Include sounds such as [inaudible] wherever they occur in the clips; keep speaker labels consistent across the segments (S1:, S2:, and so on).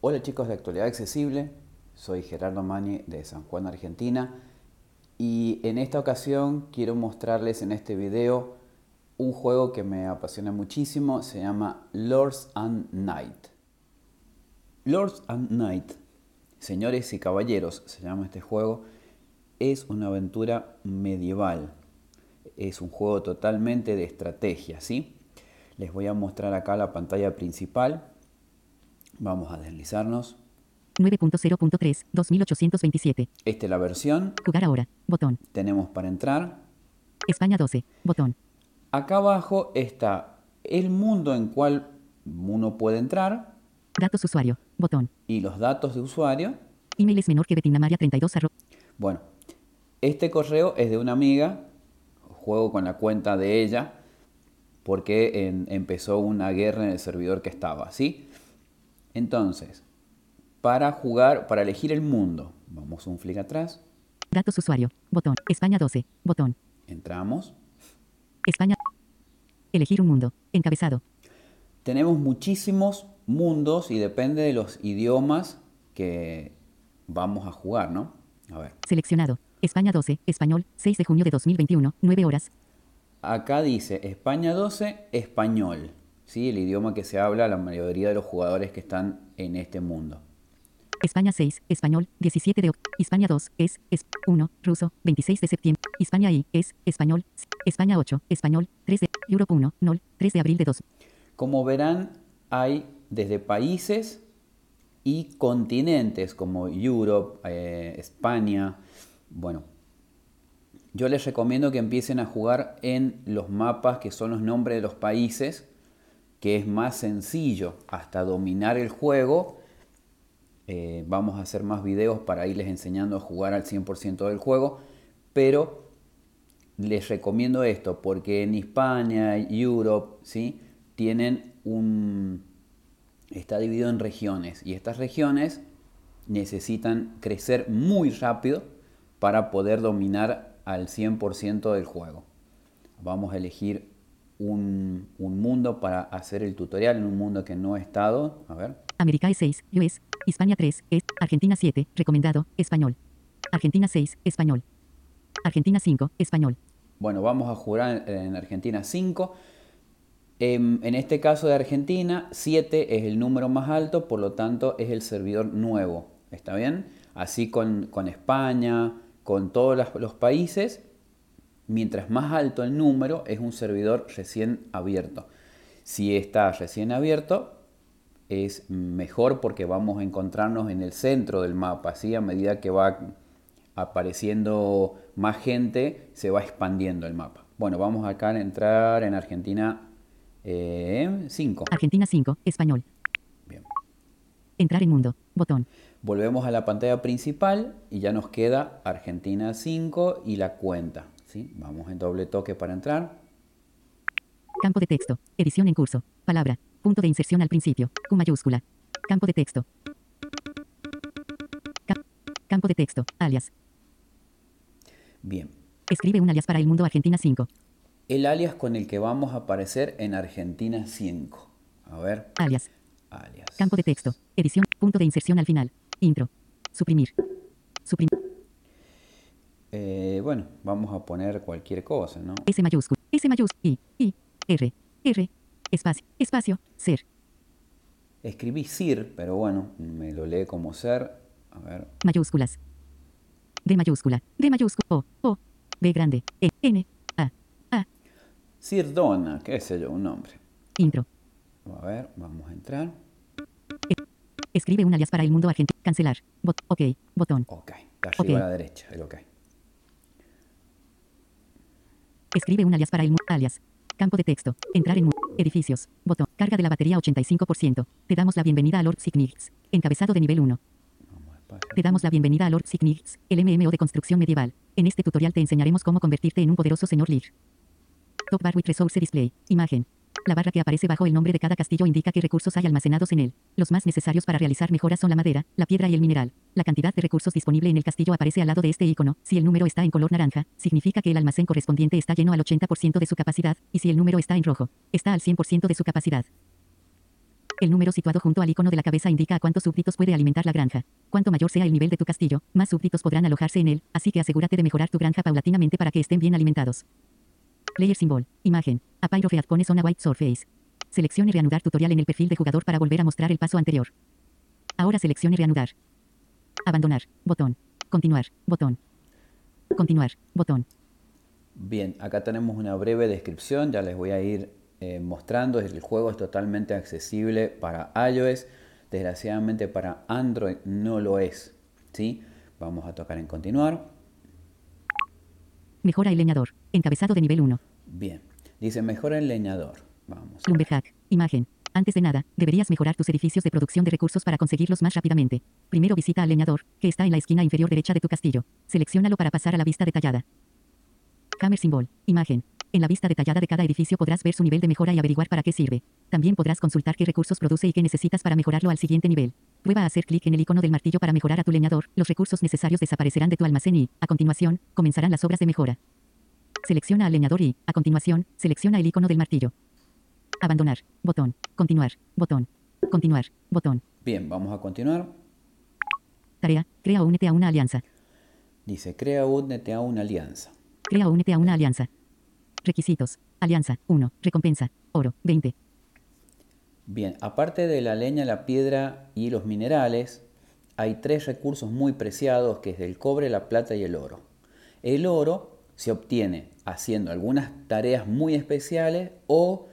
S1: Hola chicos de Actualidad Accesible, soy Gerardo Mañe de San Juan, Argentina, y en esta ocasión quiero mostrarles en este video un juego que me apasiona muchísimo, se llama Lords and Knight. Lords and Knight, señores y caballeros, se llama este juego, es una aventura medieval, es un juego totalmente de estrategia, ¿sí? Les voy a mostrar acá la pantalla principal, Vamos a deslizarnos.
S2: 9.0.3, 2827.
S1: Esta es la versión.
S2: Jugar ahora. Botón.
S1: Tenemos para entrar.
S2: España 12. Botón.
S1: Acá abajo está el mundo en cual uno puede entrar
S2: Datos usuario. Botón.
S1: y los datos de usuario.
S2: Email es menor que betinamaria32. arro-
S1: Bueno, este correo es de una amiga. Juego con la cuenta de ella porque en- empezó una guerra en el servidor que estaba, ¿sí? Entonces, para jugar, para elegir el mundo, vamos un flick atrás,
S2: Datos usuario. Botón. España 12. Botón.
S1: entramos.
S2: España. Elegir un mundo. Encabezado.
S1: tenemos muchísimos mundos y depende de los idiomas que vamos a jugar, ¿no? A ver,
S2: Seleccionado. España 12. Español. 6 de junio de 2021. 9 horas.
S1: acá dice España 12, español, ¿sí? El idioma que se habla la mayoría de los jugadores que están en este mundo.
S2: España 6. Español. 17 de oc- España 2. Es. Es. 1. Ruso. 26 de septiembre. España I. Es. Español. España 8. Español. 3 de. Europe 1. 0. 3 de abril de 2.
S1: Como verán, hay desde países y continentes como Europe, eh, España. Bueno, yo les recomiendo que empiecen a jugar en los mapas que son los nombres de los países, que es más sencillo hasta dominar el juego. Eh, vamos a hacer más videos para irles enseñando a jugar al 100% del juego, pero les recomiendo esto porque en España, Europe, ¿sí? Tienen un... Está dividido en regiones y estas regiones necesitan crecer muy rápido para poder dominar al 100% del juego. Vamos a elegir un, un mundo para hacer el tutorial en un mundo que no he estado. A ver,
S2: América 6, US, Hispania 3, es, Argentina 7, recomendado, español. Argentina 6, español. Argentina 5, español.
S1: Bueno, vamos a jugar en en Argentina 5. En, en este caso de Argentina, 7 es el número más alto, por lo tanto es el servidor nuevo. ¿Está bien? Así con, con España, con todos las- los países, mientras más alto el número, es un servidor recién abierto. Si está recién abierto, es mejor porque vamos a encontrarnos en el centro del mapa, ¿sí? A medida que va apareciendo más gente, se va expandiendo el mapa. Bueno, vamos acá a entrar en Argentina 5.
S2: Argentina 5, español.
S1: Bien.
S2: Entrar en mundo, botón.
S1: Volvemos a la pantalla principal y ya nos queda Argentina 5 y la cuenta, ¿sí? Vamos en doble toque para entrar.
S2: Campo de texto, edición en curso, palabra, punto de inserción al principio, Q mayúscula. Campo de texto. Ca- campo de texto, alias.
S1: Bien.
S2: Escribe un alias para el mundo Argentina 5.
S1: El alias con el que vamos a aparecer en Argentina 5. A ver,
S2: Alias,
S1: alias.
S2: campo de texto, edición, punto de inserción al final. Intro. Suprimir. Suprimir.
S1: Eh, bueno, vamos a poner cualquier cosa, ¿no?
S2: S mayúscula, S mayúscula, I, I, R, R, espacio, espacio, ser,
S1: Escribí Sir, pero bueno, me lo lee como ser. A ver,
S2: mayúsculas. D mayúscula, D mayúscula, O, O, D grande, E, N, A, A,
S1: Sir Donna, qué sé yo, un nombre.
S2: intro.
S1: A ver, vamos a entrar.
S2: Escribe un alias para el mundo argentino. Cancelar. Bot, ok, botón.
S1: Ok, está arriba
S2: Ok.
S1: a la derecha, el ok.
S2: Escribe un alias para el mundo. Alias. Campo de texto. Entrar en mu- edificios. Botón. Carga de la batería 85%. Te damos la bienvenida a Lord Signix. Encabezado de nivel 1.
S1: Vamos despacio.
S2: Te damos la bienvenida a Lord Signix, el MMO de construcción medieval. En este tutorial te enseñaremos cómo convertirte en un poderoso señor Lir. Top bar with resource display. Imagen. La barra que aparece bajo el nombre de cada castillo indica qué recursos hay almacenados en él. Los más necesarios para realizar mejoras son la madera, la piedra y el mineral. La cantidad de recursos disponible en el castillo aparece al lado de este icono. Si el número está en color naranja, significa que el almacén correspondiente está lleno al 80% de su capacidad, y si el número está en rojo, está al 100% de su capacidad. El número situado junto al icono de la cabeza indica a cuántos súbditos puede alimentar la granja. Cuanto mayor sea el nivel de tu castillo, más súbditos podrán alojarse en él, así que asegúrate de mejorar tu granja paulatinamente para que estén bien alimentados. Player Symbol. Imagen. A Pyrofiat pone zona white surface. Seleccione reanudar tutorial en el perfil de jugador para volver a mostrar el paso anterior. Ahora seleccione reanudar. Abandonar. Botón. Continuar. Botón. Continuar. Botón.
S1: Bien, acá tenemos una breve descripción, ya les voy a ir eh, mostrando. El juego es totalmente accesible para iOS, desgraciadamente para Android no lo es. ¿sí? Vamos a tocar en continuar.
S2: Mejora el leñador. Encabezado de nivel 1.
S1: Bien, dice mejora el leñador. Vamos. a ver.
S2: Lumberjack. Imagen. Antes de nada, deberías mejorar tus edificios de producción de recursos para conseguirlos más rápidamente. Primero visita al leñador, que está en la esquina inferior derecha de tu castillo. Selecciónalo para pasar a la vista detallada. Hammer Symbol. Imagen. En la vista detallada de cada edificio podrás ver su nivel de mejora y averiguar para qué sirve. También podrás consultar qué recursos produce y qué necesitas para mejorarlo al siguiente nivel. Prueba a hacer clic en el icono del martillo para mejorar a tu leñador. Los recursos necesarios desaparecerán de tu almacén y, a continuación, comenzarán las obras de mejora. Selecciona al leñador y, a continuación, selecciona el icono del martillo. Abandonar. Botón. Continuar. Botón. Continuar. Botón.
S1: Bien, vamos a continuar.
S2: Tarea. Crea o únete a una alianza.
S1: Dice crea únete a una alianza.
S2: Crea o únete a una alianza. Requisitos. Alianza. 1. Recompensa. Oro. 20.
S1: Bien, aparte de la leña, la piedra y los minerales, hay tres recursos muy preciados que es el cobre, la plata y el oro. El oro se obtiene haciendo algunas tareas muy especiales o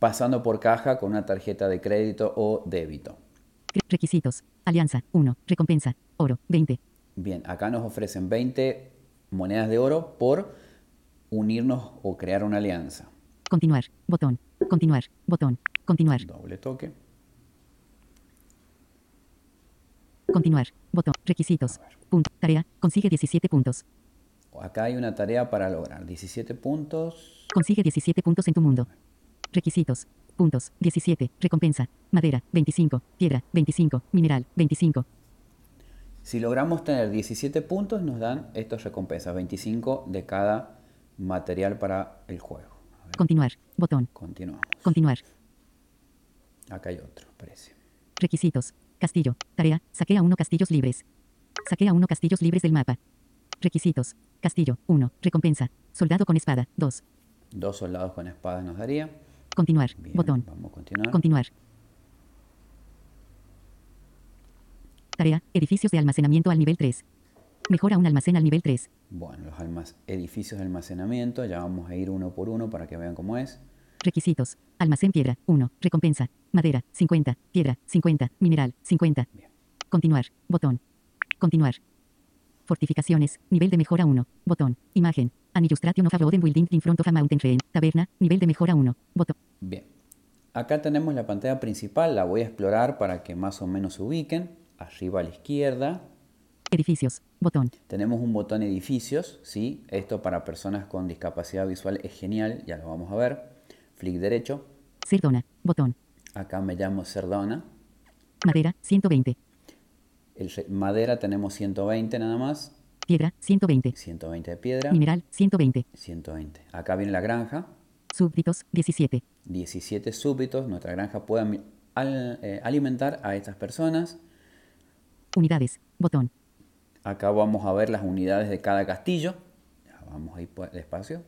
S1: pasando por caja con una tarjeta de crédito o débito.
S2: Cre- Requisitos. Alianza. 1. Recompensa. Oro. 20.
S1: Bien, acá nos ofrecen 20 monedas de oro por unirnos o crear una alianza.
S2: Continuar. Botón. Continuar. Botón. Continuar.
S1: Doble toque.
S2: Continuar. Botón. Requisitos. Punto. Tarea. Consigue 17 puntos.
S1: Acá hay una tarea para lograr 17 puntos.
S2: Consigue 17 puntos en tu mundo. Requisitos. Puntos. 17. Recompensa. Madera. 25. Piedra. 25. Mineral. 25.
S1: Si logramos tener 17 puntos, nos dan estas recompensas, 25 de cada material para el juego. A ver,
S2: Continuar. Botón.
S1: continuamos.
S2: Continuar.
S1: Acá hay otro, parece.
S2: Requisitos. Castillo. Tarea. Saquea uno castillos libres. Saquea uno castillos libres del mapa. Requisitos. Castillo. 1. Recompensa. Soldado con espada. 2.
S1: Dos soldados con espadas nos daría.
S2: Continuar.
S1: Bien,
S2: Botón.
S1: vamos a continuar.
S2: Continuar. Tarea. Edificios de almacenamiento al nivel 3. Mejora un almacén al nivel 3.
S1: Bueno, los almac- edificios de almacenamiento, ya vamos a ir uno por uno para que vean cómo es.
S2: Requisitos. Almacén piedra. 1. Recompensa. Madera. 50. Piedra. 50. Mineral. 50.
S1: Bien.
S2: Continuar. Botón. Continuar. Fortificaciones. Nivel de mejora 1. Botón. Imagen. An illustration of a wooden building in front of a mountain range. Taberna. Nivel de mejora 1. Botón.
S1: Bien, acá tenemos la pantalla principal, la voy a explorar para que más o menos se ubiquen. Arriba a la izquierda
S2: Edificios. Botón.
S1: tenemos un botón edificios, ¿sí? Esto para personas con discapacidad visual es genial, ya lo vamos a ver. Flick derecho,
S2: Cerdona. Botón.
S1: acá me llamo Cerdona.
S2: Madera. 120.
S1: El re- madera tenemos 120 nada más,
S2: Piedra. 120.
S1: 120 de piedra,
S2: Mineral. 120.
S1: 120. Acá viene la granja,
S2: Súbditos, 17.
S1: 17 súbditos, nuestra granja puede ami- al- eh, alimentar a estas personas.
S2: Unidades, botón.
S1: Acá vamos a ver las unidades de cada castillo. Ya vamos a ir por- despacio.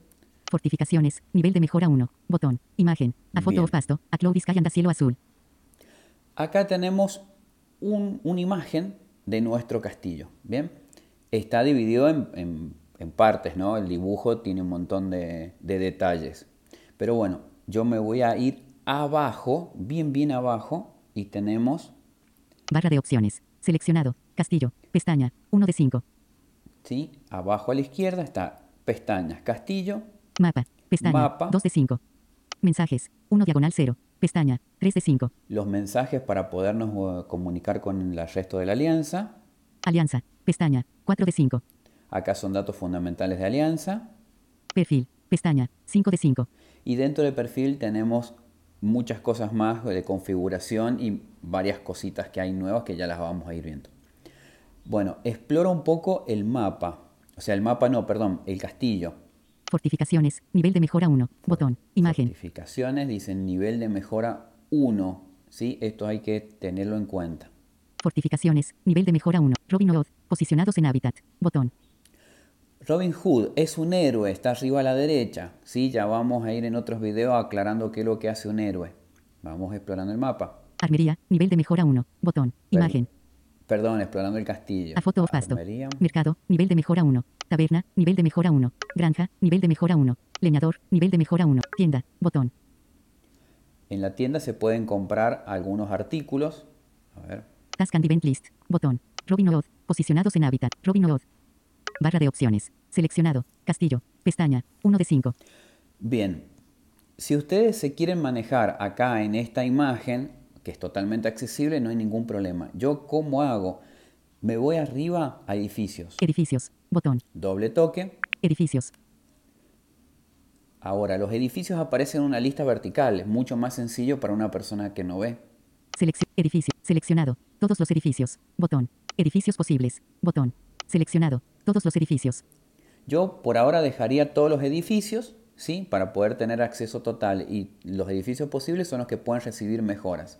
S2: Fortificaciones, nivel de mejora 1, botón. Imagen, a foto
S1: Bien.
S2: of pasto, a cloud sky and a cielo azul.
S1: Acá tenemos un- una imagen de nuestro castillo. Bien, está dividido en, en- en partes, ¿no? El dibujo tiene un montón de, de detalles. Pero bueno, yo me voy a ir abajo, bien, bien abajo, y tenemos,
S2: Barra de opciones, seleccionado, castillo, pestaña, 1 de 5.
S1: ¿sí? Abajo a la izquierda está pestañas, castillo,
S2: Mapa, pestaña,
S1: Mapa.
S2: 2 de 5. Mensajes, 1 diagonal 0, pestaña, 3 de 5.
S1: los mensajes para podernos eh, comunicar con el resto de la alianza.
S2: Alianza, pestaña, 4 de 5.
S1: Acá son datos fundamentales de alianza.
S2: Perfil, pestaña, 5 de 5.
S1: Y dentro del perfil tenemos muchas cosas más de configuración y varias cositas que hay nuevas que ya las vamos a ir viendo. Bueno, explora un poco el mapa. O sea, el mapa no, perdón, el castillo.
S2: Fortificaciones, nivel de mejora 1, botón. Imagen,
S1: Fortificaciones, dicen nivel de mejora 1. ¿sí? Esto hay que tenerlo en cuenta.
S2: Fortificaciones, nivel de mejora 1. Robin Hood, posicionados en hábitat. Botón.
S1: Robin Hood es un héroe, está arriba a la derecha. ¿sí? Ya vamos a ir en otros videos aclarando qué es lo que hace un héroe. Vamos explorando el mapa.
S2: Armería, nivel de mejora 1. Botón.
S1: Per-
S2: Imagen.
S1: Perdón, explorando el castillo.
S2: A foto o pasto.
S1: Armería.
S2: Mercado, nivel de mejora 1. Taberna, nivel de mejora 1. Granja, nivel de mejora 1. Leñador, nivel de mejora 1. Tienda, botón.
S1: En la tienda se pueden comprar algunos artículos. A ver,
S2: Task and Event List. Botón. Robin Hood. Posicionados en hábitat. Robin Hood. Barra de opciones. Seleccionado. Castillo. Pestaña. 1 de 5.
S1: Bien, si ustedes se quieren manejar acá en esta imagen, que es totalmente accesible, no hay ningún problema. Yo, ¿cómo hago? Me voy arriba a edificios.
S2: Edificios. Botón.
S1: Doble toque.
S2: Edificios.
S1: Ahora, los edificios aparecen en una lista vertical. Es mucho más sencillo para una persona que no ve.
S2: Selección. Edificio. Seleccionado. Todos los edificios. Botón. Edificios posibles. Botón. Seleccionado. Todos los edificios.
S1: Yo por ahora dejaría todos los edificios, ¿sí? Para poder tener acceso total. Y los edificios posibles son los que pueden recibir mejoras.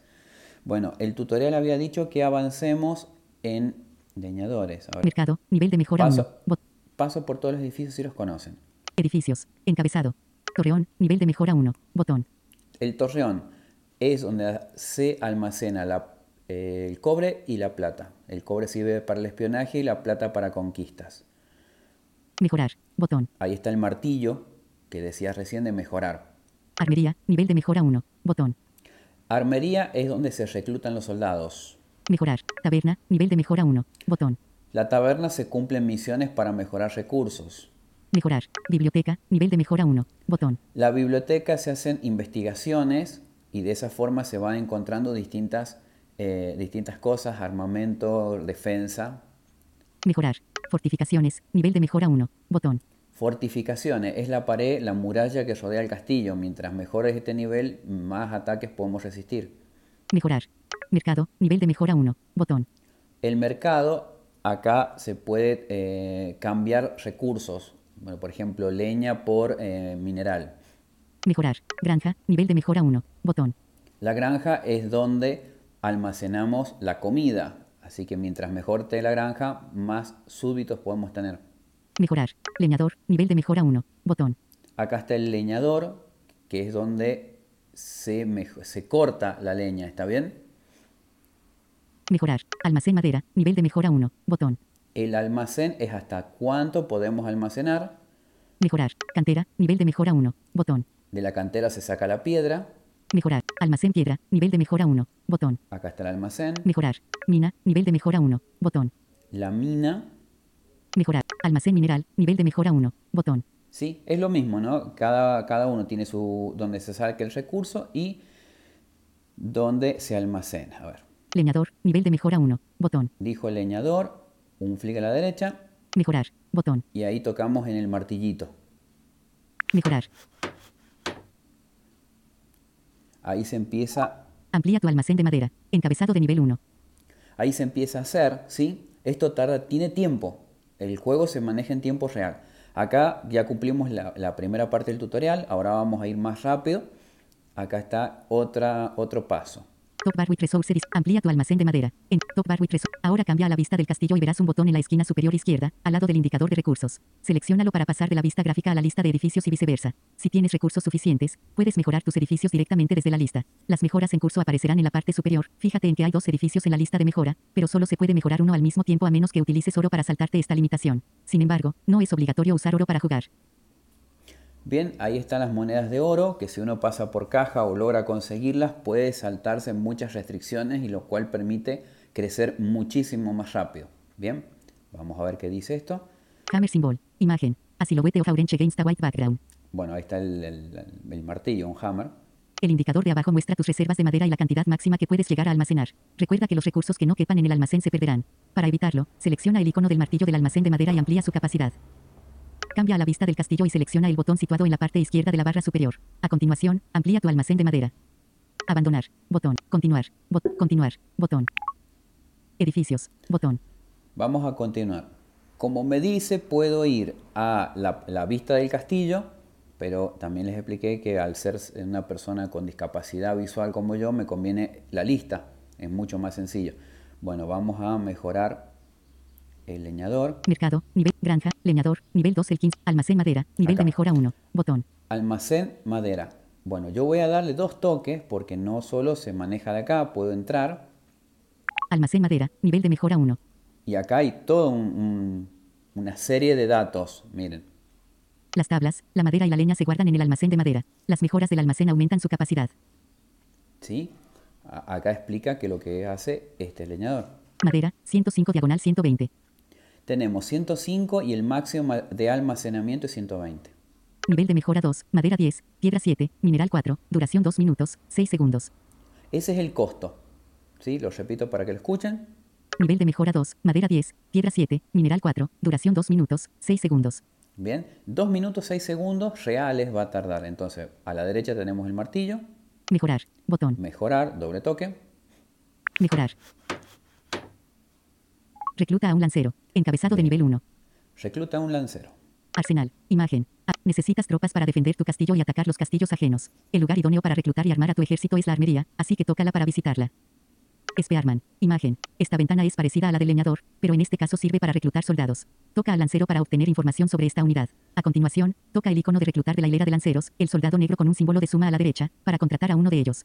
S1: Bueno, el tutorial había dicho que avancemos en leñadores. Ahora,
S2: Mercado. Nivel de mejora 1.
S1: Paso. paso por todos los edificios si los conocen.
S2: Edificios. Encabezado. Torreón. Nivel de mejora 1. Botón.
S1: El torreón es donde se almacena la- eh, el cobre y la plata. El cobre sirve para el espionaje y la plata para conquistas.
S2: Mejorar. Botón.
S1: Ahí está el martillo que decías recién de mejorar.
S2: Armería. Nivel de mejora 1. Botón.
S1: Armería es donde se reclutan los soldados.
S2: Mejorar. Taberna. Nivel de mejora 1. Botón.
S1: La taberna se cumplen misiones para mejorar recursos.
S2: Mejorar. Biblioteca. Nivel de mejora 1. Botón.
S1: La biblioteca se hacen investigaciones y de esa forma se van encontrando distintas, eh, distintas cosas, armamento, defensa,
S2: Mejorar. Fortificaciones. Nivel de mejora 1. Botón.
S1: Fortificaciones es la pared, la muralla que rodea el castillo. Mientras mejor es este nivel, más ataques podemos resistir.
S2: Mejorar. Mercado. Nivel de mejora 1. Botón.
S1: El mercado, acá se puede eh, cambiar recursos. Bueno, por ejemplo, leña por eh, mineral.
S2: Mejorar. Granja. Nivel de mejora 1. Botón.
S1: La granja es donde almacenamos la comida. Así que mientras mejor esté la granja, más súbditos podemos tener.
S2: Mejorar. Leñador. Nivel de mejora 1. Botón.
S1: Acá está el leñador, que es donde se, mej- se corta la leña. ¿Está bien?
S2: Mejorar. Almacén madera. Nivel de mejora 1. Botón.
S1: El almacén es hasta cuánto podemos almacenar.
S2: Mejorar. Cantera. Nivel de mejora 1. Botón.
S1: De la cantera se saca la piedra.
S2: Mejorar. Almacén piedra. Nivel de mejora 1. Botón.
S1: Acá está el almacén.
S2: Mejorar. Mina. Nivel de mejora 1. Botón.
S1: La mina.
S2: Mejorar. Almacén mineral. Nivel de mejora 1. Botón.
S1: Sí, es lo mismo, ¿no? Cada, cada uno tiene su donde se saca el recurso y donde se almacena. A ver,
S2: Leñador. Nivel de mejora 1. Botón.
S1: dijo el leñador, un flick a la derecha
S2: Mejorar. Botón.
S1: y ahí tocamos en el martillito.
S2: Mejorar.
S1: Ahí se empieza,
S2: Amplía tu almacén de madera. Encabezado de nivel 1.
S1: ahí se empieza a hacer, ¿sí? Esto tarda, tiene tiempo. El juego se maneja en tiempo real. Acá ya cumplimos la, la primera parte del tutorial, ahora vamos a ir más rápido. Acá está otra, otro paso.
S2: Top Bar with Resources. Amplía tu almacén de madera. En Top Bar with Resources. Ahora cambia a la vista del castillo y verás un botón en la esquina superior izquierda, al lado del indicador de recursos. Selecciónalo para pasar de la vista gráfica a la lista de edificios y viceversa. Si tienes recursos suficientes, puedes mejorar tus edificios directamente desde la lista. Las mejoras en curso aparecerán en la parte superior. Fíjate en que hay dos edificios en la lista de mejora, pero solo se puede mejorar uno al mismo tiempo a menos que utilices oro para saltarte esta limitación. Sin embargo, no es obligatorio usar oro para jugar.
S1: Bien, ahí están las monedas de oro, que si uno pasa por caja o logra conseguirlas, puede saltarse muchas restricciones y lo cual permite crecer muchísimo más rápido. Bien, vamos a ver qué dice esto.
S2: Hammer Symbol. Imagen. A silhouette of orange against a white background.
S1: Bueno, ahí está el, el- el martillo, un hammer.
S2: El indicador de abajo muestra tus reservas de madera y la cantidad máxima que puedes llegar a almacenar. Recuerda que los recursos que no quepan en el almacén se perderán. Para evitarlo, selecciona el icono del martillo del almacén de madera y amplía su capacidad. Cambia a la vista del castillo y selecciona el botón situado en la parte izquierda de la barra superior. A continuación, amplía tu almacén de madera. Abandonar. Botón. Continuar. Bot- continuar. Botón. Edificios. Botón.
S1: Vamos a continuar. Como me dice, puedo ir a la, la vista del castillo, pero también les expliqué que al ser una persona con discapacidad visual como yo, me conviene la lista, es mucho más sencillo. Bueno, vamos a mejorar el leñador.
S2: Mercado, nivel, granja, leñador, nivel 2, el 15, almacén madera, nivel
S1: Acá.
S2: de mejora 1, botón.
S1: Almacén madera. Bueno, yo voy a darle dos toques porque no solo se maneja de acá, puedo entrar
S2: Almacén madera, nivel de mejora 1.
S1: y acá hay toda un- un- una serie de datos. Miren,
S2: Las tablas, la madera y la leña se guardan en el almacén de madera. Las mejoras del almacén aumentan su capacidad.
S1: ¿sí? A- acá explica que lo que hace este leñador.
S2: Madera, 105 diagonal 120.
S1: Tenemos 105 y el máximo de almacenamiento es 120.
S2: Nivel de mejora 2, madera 10, piedra 7, mineral 4, duración 2 minutos, 6 segundos.
S1: Ese es el costo. ¿Sí? Lo repito para que lo escuchen.
S2: Nivel de mejora 2, madera 10, piedra 7, mineral 4, duración 2 minutos, 6 segundos.
S1: Bien, 2 minutos 6 segundos reales va a tardar. Entonces, a la derecha tenemos el martillo,
S2: Mejorar, botón,
S1: mejorar, doble toque.
S2: mejorar. Recluta a un lancero, encabezado de nivel 1.
S1: Recluta un lancero.
S2: Arsenal, imagen. A- Necesitas tropas para defender tu castillo y atacar los castillos ajenos. El lugar idóneo para reclutar y armar a tu ejército es la armería, así que tócala para visitarla. Spearman, imagen. Esta ventana es parecida a la del leñador, pero en este caso sirve para reclutar soldados. Toca al lancero para obtener información sobre esta unidad. A continuación, toca el icono de reclutar de la hilera de lanceros, el soldado negro con un símbolo de suma a la derecha, para contratar a uno de ellos.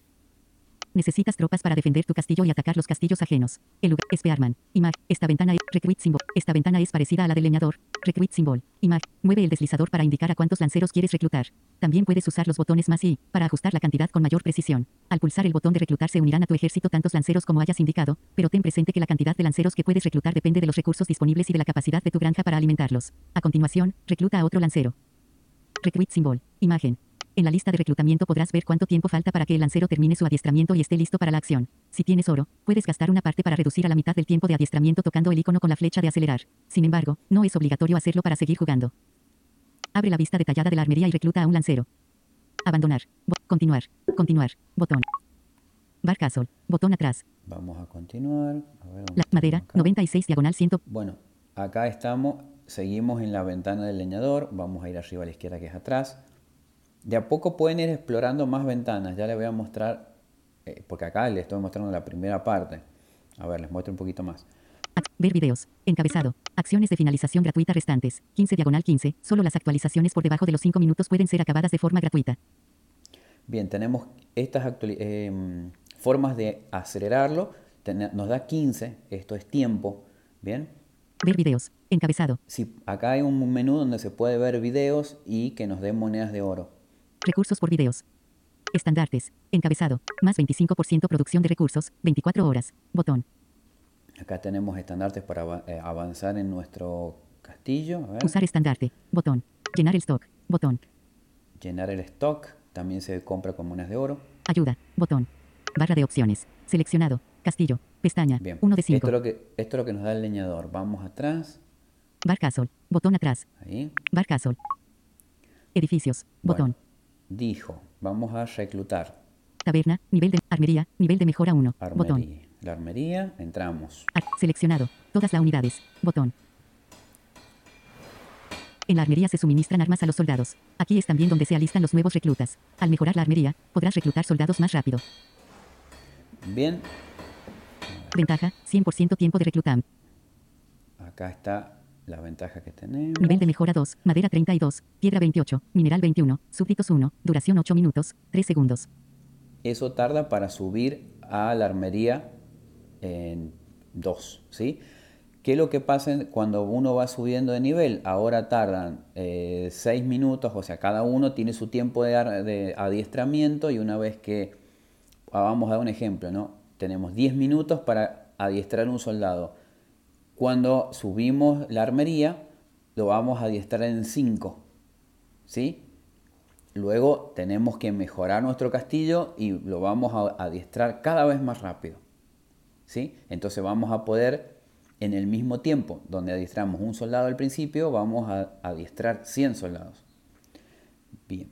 S2: Necesitas tropas para defender tu castillo y atacar los castillos ajenos. El lugar Spearman. Imag. Esta ventana es Recruit Symbol. Esta ventana es parecida a la del leñador. Recruit Symbol. Imag. Mueve el deslizador para indicar a cuántos lanceros quieres reclutar. También puedes usar los botones más y para ajustar la cantidad con mayor precisión. Al pulsar el botón de reclutar se unirán a tu ejército tantos lanceros como hayas indicado, pero ten presente que la cantidad de lanceros que puedes reclutar depende de los recursos disponibles y de la capacidad de tu granja para alimentarlos. A continuación, recluta a otro lancero. Recruit Symbol. Imagen. En la lista de reclutamiento podrás ver cuánto tiempo falta para que el lancero termine su adiestramiento y esté listo para la acción. Si tienes oro, puedes gastar una parte para reducir a la mitad del tiempo de adiestramiento tocando el icono con la flecha de acelerar. Sin embargo, no es obligatorio hacerlo para seguir jugando. Abre la vista detallada de la armería y recluta a un lancero. Abandonar. Bo- continuar. Continuar. Botón. Bar Castle. Botón atrás.
S1: Vamos a continuar. A ver, ¿dónde
S2: La madera.
S1: estamos acá?
S2: 96 diagonal 100.
S1: Bueno, acá estamos, seguimos en la ventana del leñador, vamos a ir arriba a la izquierda que es atrás. De a poco pueden ir explorando más ventanas, ya les voy a mostrar, eh, porque acá les estoy mostrando la primera parte. A ver, les muestro un poquito más.
S2: Ac- Ver videos. Encabezado. Acciones de finalización gratuita restantes. 15 diagonal 15. Solo las actualizaciones por debajo de los 5 minutos pueden ser acabadas de forma gratuita.
S1: Bien, tenemos estas actuali- em, formas de acelerarlo, Tene- nos da 15, esto es tiempo, ¿bien?
S2: Ver videos. Encabezado.
S1: Si, acá hay un menú donde se puede ver videos y que nos den monedas de oro.
S2: Recursos por videos. Estandartes. Encabezado. Más 25% producción de recursos. 24 horas. Botón.
S1: Acá tenemos estandartes para ava- eh, avanzar en nuestro castillo. A ver.
S2: Usar estandarte. Botón. Llenar el stock. Botón.
S1: Llenar el stock. También se compra con monedas de oro.
S2: Ayuda. Botón. Barra de opciones. Seleccionado. Castillo. Pestaña.
S1: Bien.
S2: 1 de
S1: Esto
S2: 5.
S1: es, lo que, esto es lo que nos da el leñador. Vamos atrás.
S2: Bar Castle. Botón atrás.
S1: Ahí.
S2: Bar Castle. Edificios. Botón.
S1: Bueno, dijo, vamos a reclutar.
S2: Taberna. Nivel de armería. Nivel de mejora 1. Botón.
S1: Armería. La armería. Entramos.
S2: Ar- Seleccionado. Todas las unidades. Botón. En la armería se suministran armas a los soldados. Aquí es también donde se alistan los nuevos reclutas. Al mejorar la armería, podrás reclutar soldados más rápido.
S1: Bien.
S2: Ventaja, 100% tiempo de reclutam.
S1: Acá está la ventaja que tenemos.
S2: Nivel de mejora 2, madera 32, piedra 28, mineral 21, súbditos 1, duración 8 minutos, 3 segundos.
S1: Eso tarda para subir a la armería en 2, ¿sí? ¿Qué es lo que pasa en- cuando uno va subiendo de nivel? Ahora tardan 6 minutos, o sea, cada uno tiene su tiempo de, ar- de adiestramiento y una vez que, ah, vamos a dar un ejemplo, ¿no? Tenemos 10 minutos para adiestrar un soldado. Cuando subimos la armería, lo vamos a adiestrar en 5, ¿sí? Luego tenemos que mejorar nuestro castillo y lo vamos a adiestrar cada vez más rápido. ¿sí? Entonces vamos a poder, en el mismo tiempo donde adiestramos un soldado al principio, vamos a adiestrar 100 soldados. Bien.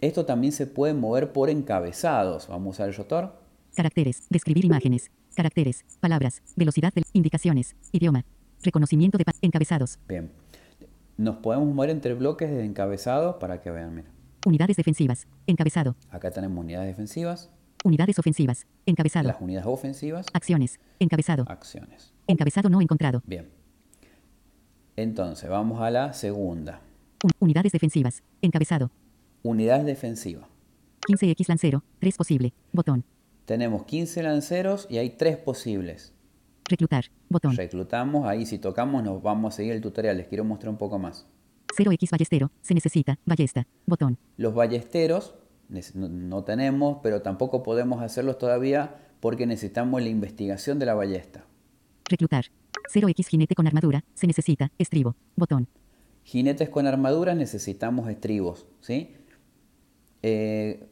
S1: Esto también se puede mover por encabezados. Vamos a usar el rotor.
S2: Caracteres, describir imágenes, caracteres, palabras, velocidad de indicaciones, idioma, reconocimiento de pa- encabezados.
S1: Bien. Nos podemos mover entre bloques de encabezados para que vean, mira.
S2: Unidades defensivas. Encabezado.
S1: Acá tenemos unidades defensivas,
S2: Unidades ofensivas. Encabezado.
S1: las unidades ofensivas,
S2: Acciones. Encabezado.
S1: Ah. acciones.
S2: Encabezado no encontrado.
S1: Bien. Entonces, vamos a la segunda.
S2: Un- unidades defensivas. Encabezado.
S1: Unidades defensivas.
S2: 15X Lancero. 3 posible. Botón.
S1: Tenemos 15 lanceros y hay 3 posibles.
S2: Reclutar. Botón.
S1: Reclutamos, ahí si tocamos nos vamos a seguir el tutorial, les quiero mostrar un poco más.
S2: 0X Ballestero. Se necesita. Ballesta. Botón.
S1: Los ballesteros nes- no, no tenemos, pero tampoco podemos hacerlos todavía porque necesitamos la investigación de la ballesta.
S2: Reclutar. 0X Jinete con armadura. Se necesita. Estribo. Botón.
S1: Jinetes con armaduras necesitamos estribos, ¿sí? Eh,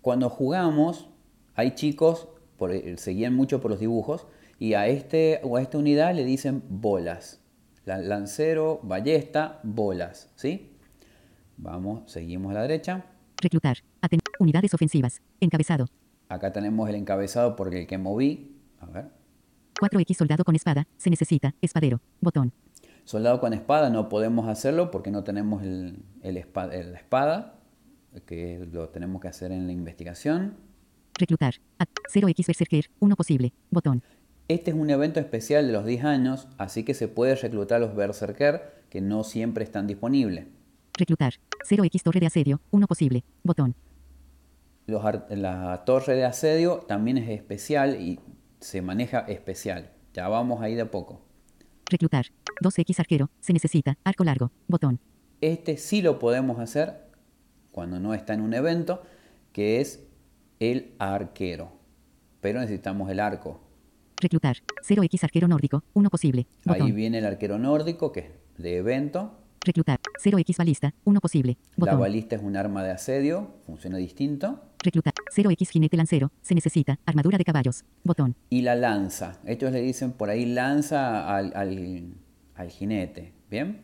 S1: cuando jugamos, hay chicos, por, eh, se guían mucho por los dibujos, y a, este, o a esta unidad le dicen bolas. La- lancero, ballesta, bolas, ¿sí? Vamos, seguimos a la derecha.
S2: Reclutar. Aten- unidades ofensivas. Encabezado.
S1: Acá tenemos el encabezado porque el que moví, a ver,
S2: 4X Soldado con espada. Se necesita. Espadero. Botón.
S1: Soldado con espada no podemos hacerlo porque no tenemos el, el espa- el- la espada, que lo tenemos que hacer en la investigación.
S2: Reclutar. At- 0X Berserker. 1 posible. Botón.
S1: Este es un evento especial de los 10 años, así que se puede reclutar a los berserker que no siempre están disponibles.
S2: Reclutar. 0X Torre de asedio. 1 posible. Botón.
S1: Los ar- la torre de asedio también es especial y se maneja especial. Ya vamos ahí de a poco.
S2: Reclutar. 2X Arquero. Se necesita. Arco largo. Botón.
S1: Este sí lo podemos hacer cuando no está en un evento, que es el arquero. Pero necesitamos el arco.
S2: Reclutar. 0X Arquero nórdico. 1 posible. Botón.
S1: Ahí viene el arquero nórdico, que es de evento.
S2: Reclutar. 0X balista. 1 posible.
S1: La
S2: Botón.
S1: balista es un arma de asedio, funciona distinto.
S2: Reclutar. 0X jinete lancero. Se necesita. Armadura de caballos. Botón.
S1: Y la lanza. Ellos le dicen por ahí lanza al, al- al jinete. ¿Bien?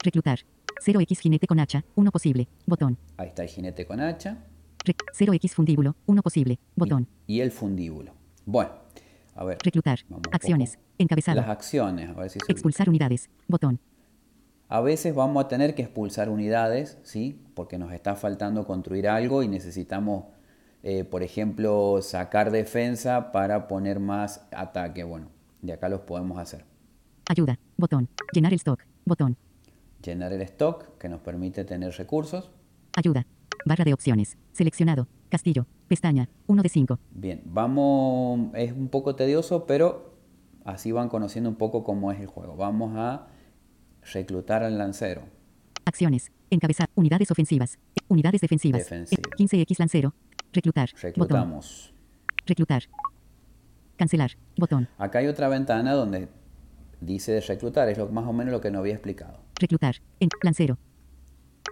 S2: Reclutar. 0X jinete con hacha. 1 posible. Botón.
S1: Ahí está el jinete con hacha.
S2: Re- 0X fundíbulo. 1 posible. Botón.
S1: Y, y el fundíbulo. Bueno, a ver.
S2: Reclutar.
S1: Vamos un
S2: Acciones.
S1: poco.
S2: Encabezado.
S1: Las acciones. A ver si se ubica.
S2: Expulsar unidades. Botón.
S1: A veces vamos a tener que expulsar unidades, ¿sí? Porque nos está faltando construir algo y necesitamos, eh, por ejemplo, sacar defensa para poner más ataque. Bueno, de acá los podemos hacer.
S2: Ayuda. Botón. Llenar el stock. Botón.
S1: Llenar el stock, que nos permite tener recursos.
S2: Ayuda. Barra de opciones. Seleccionado. Castillo. Pestaña. 1 de 5.
S1: Bien, vamos, es un poco tedioso, pero así van conociendo un poco cómo es el juego. Vamos a reclutar al lancero.
S2: Acciones. Encabezar. Unidades ofensivas. Unidades defensivas.
S1: Defensiva.
S2: 15X lancero. Reclutar. Botón.
S1: Reclutamos.
S2: Reclutar. Cancelar. Botón.
S1: Acá hay otra ventana donde dice de reclutar, es lo, más o menos lo que no había explicado.
S2: Reclutar. En lancero.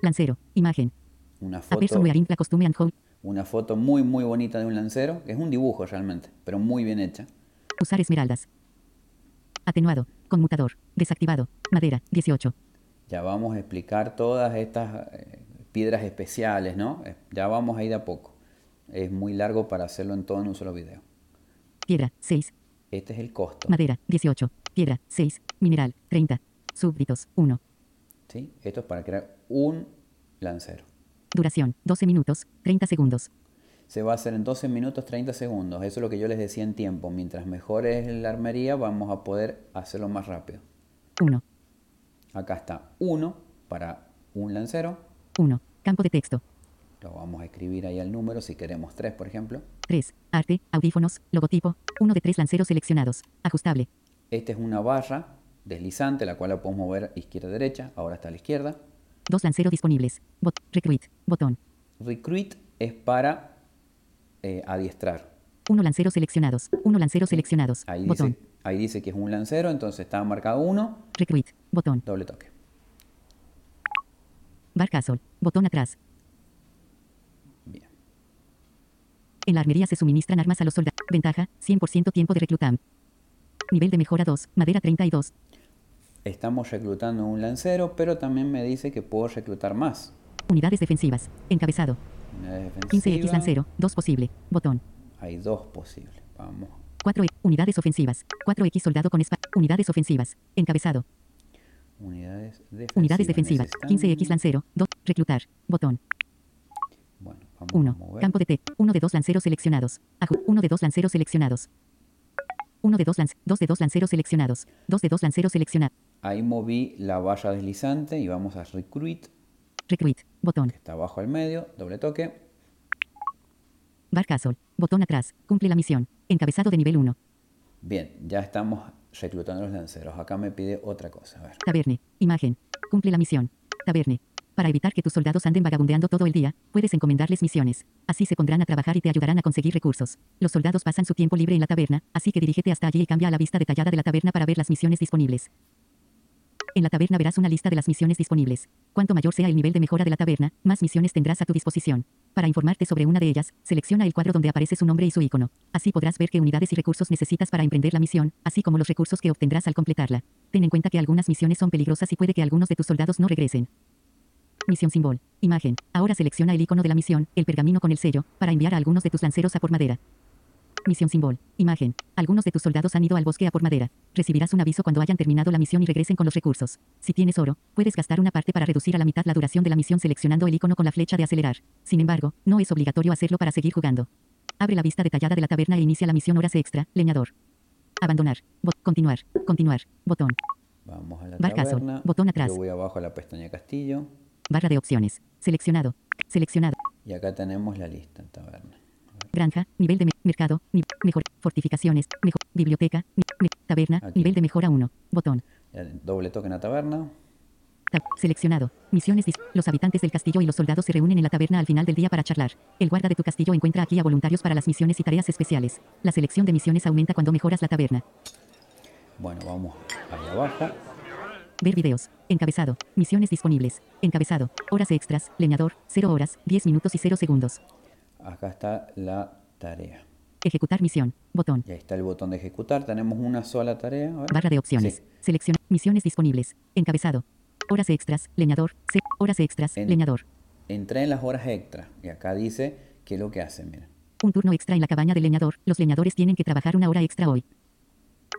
S2: Lancero. Imagen.
S1: Una
S2: A person
S1: foto,
S2: wearing la costume and hold.
S1: una foto muy muy bonita de un lancero, que es un dibujo realmente, pero muy bien hecha.
S2: Usar esmeraldas. Atenuado. Conmutador. Desactivado. Madera. 18.
S1: Ya vamos a explicar todas estas eh, piedras especiales, ¿no? Eh, Ya vamos ahí de a poco. Es muy largo para hacerlo en todo en un solo video.
S2: Piedra. 6.
S1: Este es el costo,
S2: Madera. 18. Piedra. 6. Mineral. 30. Súbditos. 1.
S1: ¿sí? Esto es para crear un lancero.
S2: Duración. 12 minutos. 30 segundos.
S1: Se va a hacer en 12 minutos 30 segundos. Eso es lo que yo les decía en tiempo. Mientras mejor es la armería, vamos a poder hacerlo más rápido.
S2: 1.
S1: Acá está 1 para un lancero.
S2: 1. Campo de texto.
S1: Lo vamos a escribir ahí al número si queremos 3, por ejemplo.
S2: 3. Arte, audífonos, logotipo, uno de tres lanceros seleccionados, ajustable,
S1: Esta es una barra deslizante, la cual la podemos mover izquierda-derecha. Ahora está a la izquierda.
S2: dos lanceros disponibles, bot, recruit, botón,
S1: Recruit es para eh, adiestrar.
S2: uno lanceros seleccionados, uno lanceros seleccionados,
S1: Ahí
S2: botón,
S1: dice, ahí dice que es un lancero, entonces está marcado 1,
S2: recruit, botón,
S1: doble toque.
S2: bar castle, botón atrás.
S1: Bien.
S2: En la armería se suministran armas a los soldados. Ventaja, 100% tiempo de reclutam. Nivel de mejora 2, madera 32.
S1: Estamos reclutando un lancero, pero también me dice que puedo reclutar más.
S2: Unidades defensivas, encabezado,
S1: Una
S2: 15X
S1: defensiva.
S2: lancero, 2 posible, botón.
S1: Hay dos posibles. Vamos.
S2: e- 4 unidades ofensivas, 4X soldado con espada, unidades ofensivas, encabezado,
S1: Unidades defensivas.
S2: Unidades defensivas.
S1: Necesitan-
S2: 15X Lancero. 2. Reclutar. Botón.
S1: Bueno, vamos a
S2: 1.
S1: mover.
S2: Campo de T. 1 de 2 lanceros seleccionados. 1 de 2 lanceros seleccionados. 1 de 2 2 de 2 lanceros seleccionados. 2 de 2 lanceros seleccionados.
S1: Ahí moví la valla deslizante y vamos a recruit,
S2: Recruit. Botón.
S1: que está abajo al medio, doble toque.
S2: Bar Castle. Botón atrás. Cumple la misión. Encabezado de nivel 1.
S1: Bien, ya estamos reclutando a los lanceros. Acá me pide otra cosa. A ver.
S2: Taberne. Imagen. Cumple la misión. Taberne. Para evitar que tus soldados anden vagabundeando todo el día, puedes encomendarles misiones. Así se pondrán a trabajar y te ayudarán a conseguir recursos. Los soldados pasan su tiempo libre en la taberna, así que dirígete hasta allí y cambia a la vista detallada de la taberna para ver las misiones disponibles. En la taberna verás una lista de las misiones disponibles. Cuanto mayor sea el nivel de mejora de la taberna, más misiones tendrás a tu disposición. Para informarte sobre una de ellas, selecciona el cuadro donde aparece su nombre y su icono. Así podrás ver qué unidades y recursos necesitas para emprender la misión, así como los recursos que obtendrás al completarla. Ten en cuenta que algunas misiones son peligrosas y puede que algunos de tus soldados no regresen. Misión símbolo. Imagen. Ahora selecciona el icono de la misión, el pergamino con el sello, para enviar a algunos de tus lanceros a por madera. Misión símbolo. Imagen. Algunos de tus soldados han ido al bosque a por madera. Recibirás un aviso cuando hayan terminado la misión y regresen con los recursos. Si tienes oro, puedes gastar una parte para reducir a la mitad la duración de la misión seleccionando el icono con la flecha de acelerar. Sin embargo, no es obligatorio hacerlo para seguir jugando. Abre la vista detallada de la taberna e inicia la misión horas extra, leñador. Abandonar. Bo- continuar. Continuar. Botón.
S1: Vamos a la
S2: Bar Castle,
S1: taberna.
S2: botón atrás.
S1: Yo voy abajo a la pestaña castillo.
S2: Barra de opciones. Seleccionado. Seleccionado.
S1: Y acá tenemos la lista, taberna.
S2: Granja, nivel de me- mercado, ni- mejor, fortificaciones, mejor, biblioteca, ni- me- taberna,
S1: Aquí.
S2: nivel de mejora 1, botón.
S1: Ya, Doble toque en la taberna.
S2: Tab- seleccionado. Misiones. dis- Los habitantes del castillo y los soldados se reúnen en la taberna al final del día para charlar. El guarda de tu castillo encuentra aquí a voluntarios para las misiones y tareas especiales. La selección de misiones aumenta cuando mejoras la taberna.
S1: Bueno, vamos ahí abajo.
S2: Ver videos. Encabezado. Misiones disponibles. Encabezado. Horas extras. Leñador. 0 horas, 10 minutos y 0 segundos.
S1: Acá está la tarea.
S2: Ejecutar misión. Botón.
S1: Y ahí está el botón de ejecutar. Tenemos una sola tarea. A ver.
S2: Barra de opciones.
S1: Sí.
S2: Selección. Misiones disponibles. Encabezado. Horas extras. Leñador. Se- horas extras.
S1: En-
S2: Leñador.
S1: Entré en las horas extra. Y acá dice qué es lo que hace. Mira.
S2: Un turno extra en la cabaña del leñador. Los leñadores tienen que trabajar una hora extra hoy.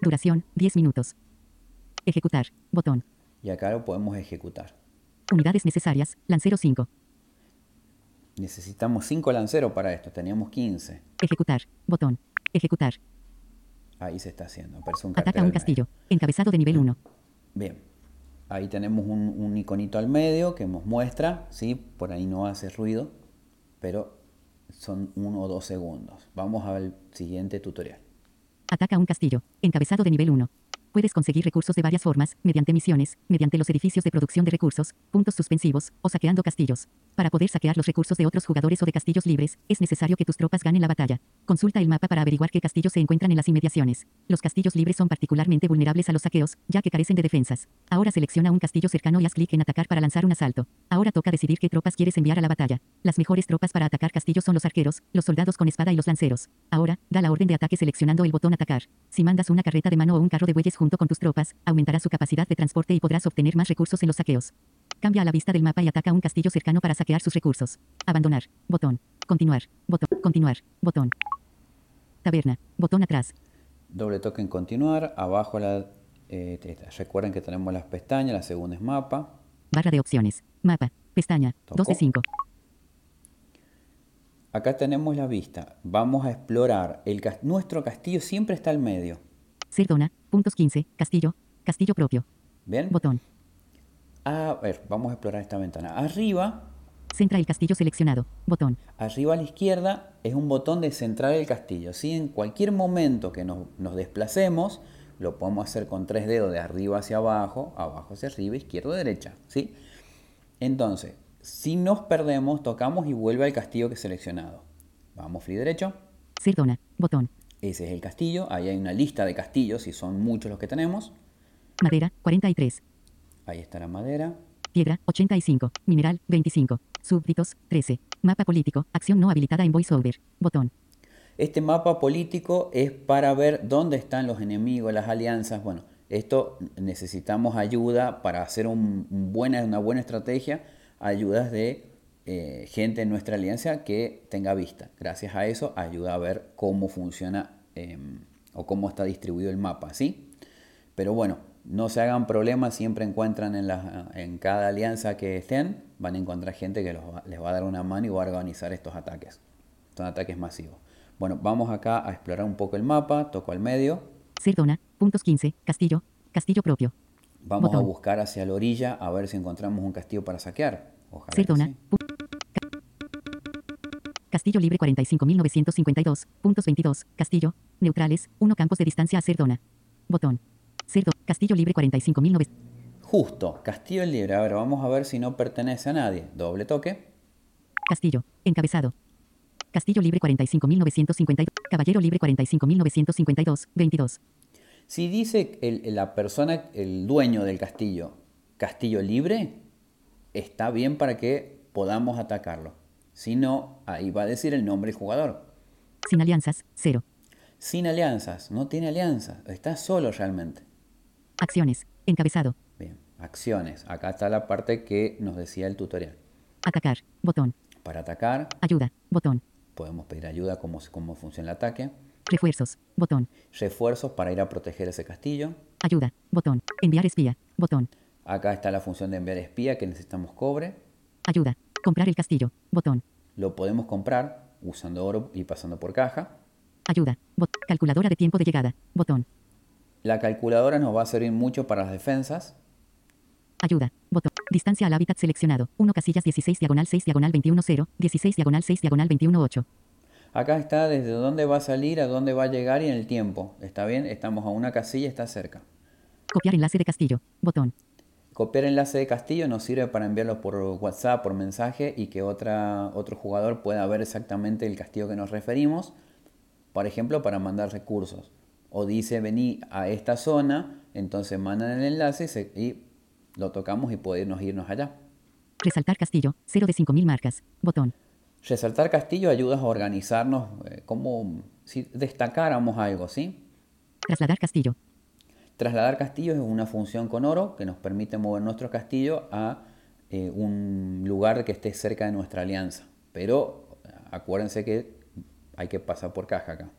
S2: Duración. 10 minutos. Ejecutar. Botón.
S1: Y acá lo podemos ejecutar.
S2: Unidades necesarias. Lancero 5.
S1: Necesitamos 5 lanceros para esto. Teníamos 15.
S2: Ejecutar. Botón. Ejecutar.
S1: Ahí se está haciendo. Aparece un cartel
S2: Ataca un
S1: al medio.
S2: castillo. Encabezado de nivel 1.
S1: Bien. Ahí tenemos un, un iconito al medio que nos muestra, ¿sí? Por ahí no hace ruido, pero son 1 o 2 segundos. Vamos al siguiente tutorial.
S2: Ataca un castillo. Encabezado de nivel 1. Puedes conseguir recursos de varias formas, mediante misiones, mediante los edificios de producción de recursos, puntos suspensivos, o saqueando castillos. Para poder saquear los recursos de otros jugadores o de castillos libres, es necesario que tus tropas ganen la batalla. Consulta el mapa para averiguar qué castillos se encuentran en las inmediaciones. Los castillos libres son particularmente vulnerables a los saqueos, ya que carecen de defensas. Ahora selecciona un castillo cercano y haz clic en atacar para lanzar un asalto. Ahora toca decidir qué tropas quieres enviar a la batalla. Las mejores tropas para atacar castillos son los arqueros, los soldados con espada y los lanceros. Ahora, da la orden de ataque seleccionando el botón atacar. Si mandas una carreta de mano o un carro de bueyes junto con tus tropas, aumentará su capacidad de transporte y podrás obtener más recursos en los saqueos. Cambia a la vista del mapa y ataca un castillo cercano para saquear sus recursos. Abandonar. Botón. Continuar. Botón. Continuar. Botón. Taberna. Botón atrás.
S1: Doble toque en continuar. Abajo la... eh, esta. recuerden que tenemos las pestañas. La segunda es mapa.
S2: Barra de opciones. Mapa. Pestaña. 2 de
S1: Tocó.
S2: 5.
S1: Acá tenemos la vista. Vamos a explorar. El cas- nuestro castillo siempre está al medio.
S2: Cerdona. Puntos 15. Castillo. Castillo propio.
S1: ¿Bien?
S2: Botón.
S1: A ver, vamos a explorar esta ventana. Arriba,
S2: Centra el castillo seleccionado. Botón.
S1: Arriba a la izquierda es un botón de centrar el castillo. Si en cualquier momento que nos, nos desplacemos, lo podemos hacer con tres dedos de arriba hacia abajo, abajo hacia arriba, izquierda, derecha. ¿sí? Entonces, si nos perdemos, tocamos y vuelve al castillo que he seleccionado. Vamos free derecho.
S2: Cerdona. Botón.
S1: Ese es el castillo. Ahí hay una lista de castillos y son muchos los que tenemos.
S2: Madera. 43.
S1: Ahí está la madera.
S2: Piedra, 85. Mineral, 25. Súbditos, 13. Mapa político. Acción no habilitada en VoiceOver. Botón.
S1: Este mapa político es para ver dónde están los enemigos, las alianzas. Bueno, esto necesitamos ayuda para hacer un- un buena, una buena estrategia, ayudas de eh, gente en nuestra alianza que tenga vista. Gracias a eso ayuda a ver cómo funciona em, o cómo está distribuido el mapa, ¿sí? Pero bueno, No se hagan problemas, siempre encuentran en, la- en cada alianza que estén, van a encontrar gente que los va- les va a dar una mano y va a organizar estos ataques. Son ataques masivos. Bueno, vamos acá a explorar un poco el mapa, toco al medio,
S2: Cerdona, puntos 15, castillo, castillo propio.
S1: vamos a
S2: Botón.
S1: buscar hacia la orilla a ver si encontramos un castillo para saquear. Ojalá que
S2: Cerdona,
S1: sí.
S2: pu- ca- Castillo libre 45.952, puntos 22, castillo, neutrales, 1 campos de distancia a Cerdona. Botón. Cerdo, castillo libre 45.900.
S1: Justo, Castillo Libre. A ver, vamos a ver si no pertenece a nadie. Doble toque.
S2: Castillo, encabezado. Castillo libre 45.952, caballero libre 45.952, 22.
S1: Si dice el- la persona, el dueño del castillo, Castillo Libre, está bien para que podamos atacarlo. Si no, ahí va a decir el nombre del jugador.
S2: Sin alianzas, 0.
S1: Sin alianzas, no tiene alianzas, está solo realmente.
S2: Acciones, encabezado.
S1: Bien, acciones. Acá está la parte que nos decía el tutorial.
S2: Atacar, botón.
S1: Para atacar,
S2: Ayuda, botón.
S1: podemos pedir ayuda, cómo, cómo funciona el ataque.
S2: Refuerzos, botón.
S1: Refuerzos para ir a proteger ese castillo.
S2: Ayuda, botón. Enviar espía, botón.
S1: Acá está la función de enviar espía que necesitamos cobre.
S2: Ayuda, comprar el castillo, botón.
S1: Lo podemos comprar usando oro y pasando por caja.
S2: Ayuda, bot- calculadora de tiempo de llegada, botón.
S1: La calculadora nos va a servir mucho para las defensas.
S2: Ayuda, botón. Distancia al hábitat seleccionado. 1 casillas 16 diagonal 6 diagonal 21 0, 16 diagonal 6 diagonal 21 8.
S1: Acá está desde dónde va a salir, a dónde va a llegar y en el tiempo. ¿Está bien? Estamos a una casilla, está cerca.
S2: Copiar enlace de castillo, botón.
S1: Copiar enlace de castillo nos sirve para enviarlo por WhatsApp, por mensaje y que otra, otro jugador pueda ver exactamente el castillo que nos referimos. Por ejemplo, para mandar recursos. O dice vení a esta zona, entonces mandan el enlace y, se- y lo tocamos y podemos irnos allá.
S2: Resaltar castillo, 0 de 5000 marcas, botón.
S1: Resaltar castillo ayuda a organizarnos eh, como si destacáramos algo, ¿sí?
S2: Trasladar castillo,
S1: Trasladar castillos es una función con oro que nos permite mover nuestro castillo a eh, un lugar que esté cerca de nuestra alianza. Pero eh, acuérdense que hay que pasar por caja acá.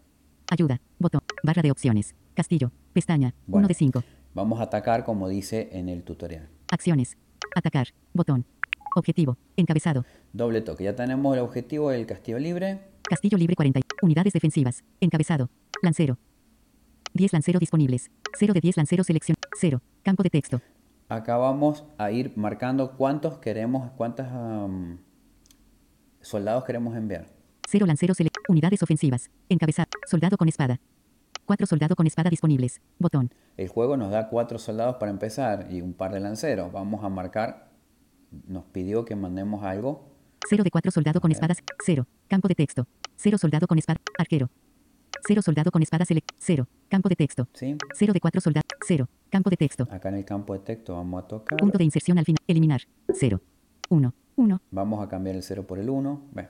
S2: ayuda, botón. Barra de opciones, castillo, pestaña, 1
S1: Bueno.
S2: de 5.
S1: Vamos a atacar como dice en el tutorial.
S2: Acciones, atacar, botón. Objetivo, encabezado.
S1: Doble toque. Ya tenemos el objetivo del castillo libre.
S2: Castillo libre 40. Unidades defensivas. Encabezado. Lancero. 10 lancero disponibles. 0 de 10 lancero selección. 0. Campo de texto.
S1: Acá vamos a ir marcando cuántos queremos, cuántos am, soldados queremos enviar.
S2: 0 lancero sele- Unidades ofensivas. Encabezado. Soldado con espada. 4 soldado con espada disponibles. Botón.
S1: El juego nos da cuatro soldados para empezar y un par de lanceros. Vamos a marcar. Nos pidió que mandemos algo.
S2: 0 de 4 soldado con espadas. 0. Campo de texto. 0 soldado con espada. Arquero. 0 soldado con espada select. 0. Campo de texto.
S1: ¿sí?
S2: 0 de 4 soldado. 0. Campo de texto.
S1: Acá en el campo de texto vamos a tocar.
S2: Punto de inserción al final. Eliminar. 0. 1. 1.
S1: Vamos a cambiar el 0 por el 1. Bueno,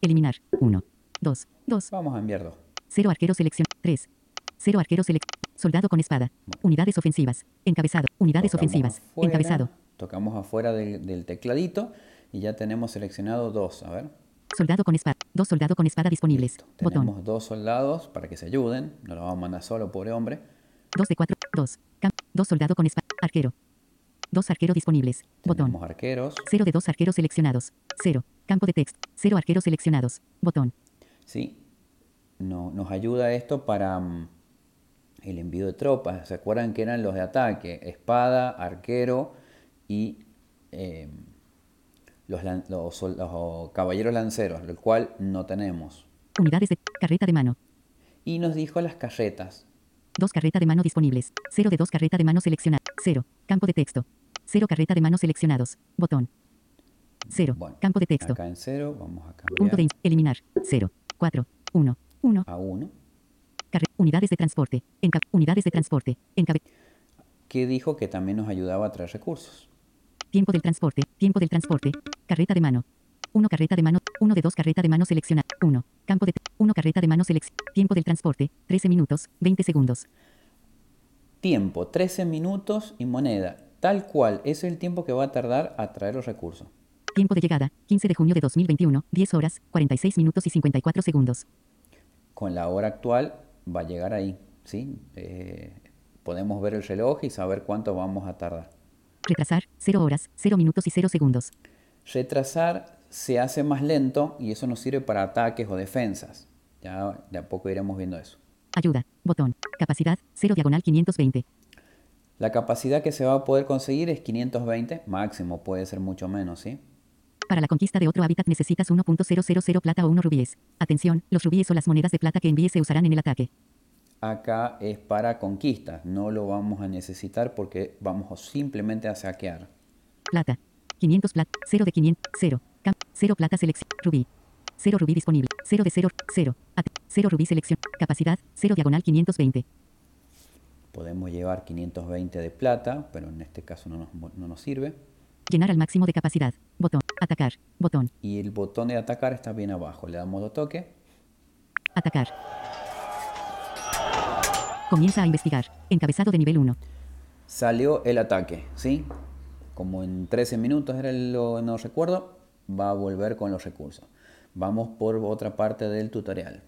S2: Eliminar. 1. 2. 2.
S1: vamos a enviar 2.
S2: 0 arquero selección 3. 0 arquero selección. Soldado con espada. Unidades ofensivas. Encabezado. Unidades ofensivas. Encabezado.
S1: Tocamos afuera del, del tecladito y ya tenemos seleccionado dos. A ver.
S2: Soldado con espada. Dos soldado con espada disponibles. Botón.
S1: Tenemos dos soldados para que se ayuden. No lo vamos a mandar solo, pobre hombre.
S2: 2 de 4. 2. Dos soldado con espada. Arquero. Dos arquero disponibles. Botón.
S1: Tenemos arqueros.
S2: 0 de 2 arqueros seleccionados. 0. Campo de texto. 0 arqueros seleccionados. Botón.
S1: ¿sí? No- nos ayuda esto para mm, el envío de tropas. ¿Se acuerdan que eran los de ataque? Espada, arquero y eh, los, lan- los sol- los, oh, caballeros lanceros, lo cual no tenemos.
S2: Unidades de carreta de mano.
S1: Y nos dijo las carretas.
S2: Dos carreta de mano disponibles. 0 de 2 carreta de mano seleccionada. 0. Campo de texto. 0 carreta de mano seleccionados. Botón. 0.
S1: Bueno,
S2: campo de texto.
S1: Acá en cero, vamos a
S2: Punto de
S1: cambiar
S2: ins- eliminar. 0, 4, 1, 1.
S1: a 1.
S2: unidades de transporte. Enca- unidades de transporte. Encabe
S1: Que dijo que también nos ayudaba a traer recursos.
S2: tiempo del transporte. Tiempo del transporte. Carreta de mano. 1 carreta de mano. 1 de 2 carreta de mano seleccionada. 1. Campo de 1 carreta de mano seleccionada. Tiempo del transporte. 13 minutos, 20 segundos.
S1: Tiempo, 13 minutos y moneda. Tal cual, ese es el tiempo que va a tardar a traer los recursos.
S2: Tiempo de llegada. 15 de junio de 2021. 10 horas, 46 minutos y 54 segundos.
S1: con la hora actual va a llegar ahí, ¿sí? Eh, podemos ver el reloj y saber cuánto vamos a tardar.
S2: Retrasar, 0 horas, 0 minutos y 0 segundos.
S1: Retrasar se hace más lento y eso nos sirve para ataques o defensas. Ya de a poco iremos viendo eso.
S2: Ayuda, botón, capacidad, 0 diagonal 520.
S1: La capacidad que se va a poder conseguir es 520, máximo, puede ser mucho menos, ¿sí?
S2: Para la conquista de otro hábitat necesitas 1.000 plata o 1 rubíes. Atención, los rubíes o las monedas de plata que envíes se usarán en el ataque.
S1: Acá es para conquistas, no lo vamos a necesitar porque vamos simplemente a saquear.
S2: Plata, 500 plata, 0 de 500, 0, 0 plata selección, rubí, 0 rubí disponible, 0 de 0, 0, 0 rubí selección, capacidad, 0 diagonal 520.
S1: Podemos llevar 520 de plata, pero en este caso no nos, no nos sirve.
S2: Llenar al máximo de capacidad, botón, atacar, botón,
S1: Y el botón de atacar está bien abajo, le damos dos toques.
S2: atacar. Comienza a investigar, encabezado de nivel 1,
S1: Salió el ataque, ¿sí? Como en 13 minutos era lo no recuerdo, va a volver con los recursos. Vamos por otra parte del tutorial.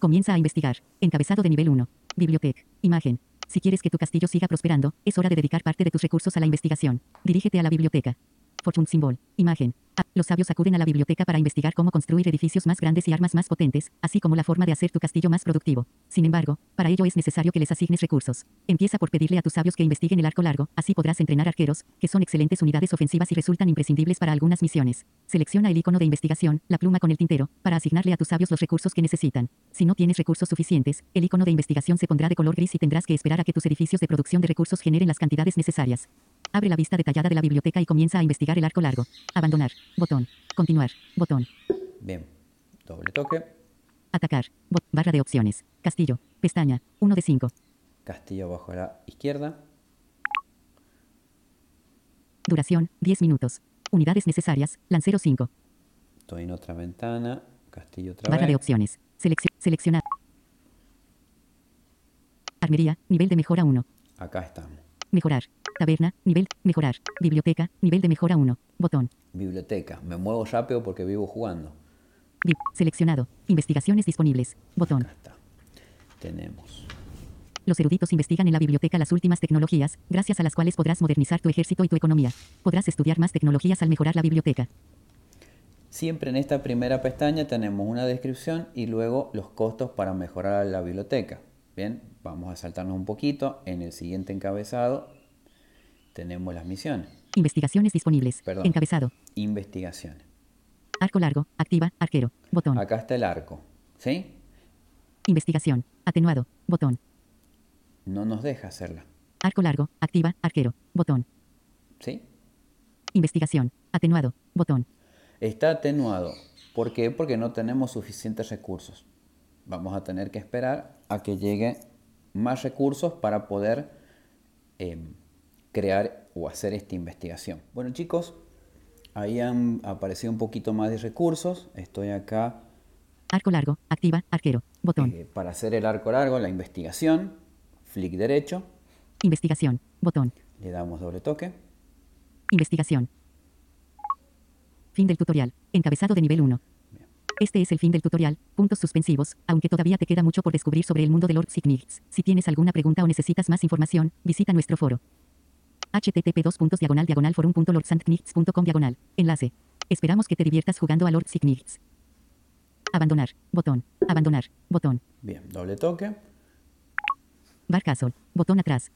S2: comienza a investigar, encabezado de nivel 1, biblioteca, imagen. Si quieres que tu castillo siga prosperando, es hora de dedicar parte de tus recursos a la investigación. Dirígete a la biblioteca. Fortune Symbol, imagen. Ah, Los sabios acuden a la biblioteca para investigar cómo construir edificios más grandes y armas más potentes, así como la forma de hacer tu castillo más productivo. Sin embargo, para ello es necesario que les asignes recursos. Empieza por pedirle a tus sabios que investiguen el arco largo, así podrás entrenar arqueros, que son excelentes unidades ofensivas y resultan imprescindibles para algunas misiones. Selecciona el icono de investigación, la pluma con el tintero, para asignarle a tus sabios los recursos que necesitan. Si no tienes recursos suficientes, el icono de investigación se pondrá de color gris y tendrás que esperar a que tus edificios de producción de recursos generen las cantidades necesarias. Abre la vista detallada de la biblioteca y comienza a investigar el arco largo. Abandonar. Botón. Continuar. Botón.
S1: Bien, doble toque.
S2: Atacar. Bot- barra de opciones. Castillo. Pestaña. 1 de 5.
S1: Castillo bajo la izquierda.
S2: Duración. 10 minutos. Unidades necesarias. Lancero 5.
S1: Estoy en otra ventana. Castillo otra
S2: Barra de
S1: vez.
S2: opciones. Seleccio- seleccionar. Armería. Nivel de mejora 1.
S1: Acá estamos.
S2: Mejorar. Taberna. Nivel. Mejorar. Biblioteca. Nivel de mejora 1. Botón.
S1: Biblioteca. Me muevo rápido porque vivo jugando.
S2: Bi- Seleccionado. Investigaciones disponibles. Botón.
S1: Acá está. Tenemos.
S2: Los eruditos investigan en la biblioteca las últimas tecnologías, gracias a las cuales podrás modernizar tu ejército y tu economía. Podrás estudiar más tecnologías al mejorar la biblioteca.
S1: Siempre en esta primera pestaña tenemos una descripción y luego los costos para mejorar la biblioteca. Bien, vamos a saltarnos un poquito. En el siguiente encabezado tenemos las misiones.
S2: Investigaciones disponibles.
S1: Perdón.
S2: Encabezado.
S1: Investigaciones.
S2: Arco largo. Activa. Arquero. Botón.
S1: Acá está el arco. ¿Sí?
S2: Investigación. Atenuado. Botón.
S1: No nos deja hacerla.
S2: Arco largo. Activa. Arquero. Botón.
S1: ¿Sí?
S2: Investigación. Atenuado. Botón.
S1: Está atenuado. ¿Por qué? Porque no tenemos suficientes recursos. Vamos a tener que esperar a que llegue más recursos para poder em, crear o hacer esta investigación. Bueno chicos, ahí han aparecido un poquito más de recursos. Estoy acá
S2: Arco largo. Activa. Arquero. Botón.
S1: eh, para hacer el arco largo, la investigación. Flick derecho.
S2: Investigación. Botón.
S1: Le damos doble toque.
S2: Investigación. Fin del tutorial. Encabezado de nivel 1. Este es el fin del tutorial, puntos suspensivos, aunque todavía te queda mucho por descubrir sobre el mundo de Lord Signix. Si tienes alguna pregunta o necesitas más información, visita nuestro foro. http diagonal diagonal forum.lordsandknights.com diagonal. Enlace. Esperamos que te diviertas jugando a Lord Signix. Abandonar. Botón. Abandonar. Botón.
S1: Bien, doble toque.
S2: Bar Castle. Botón atrás.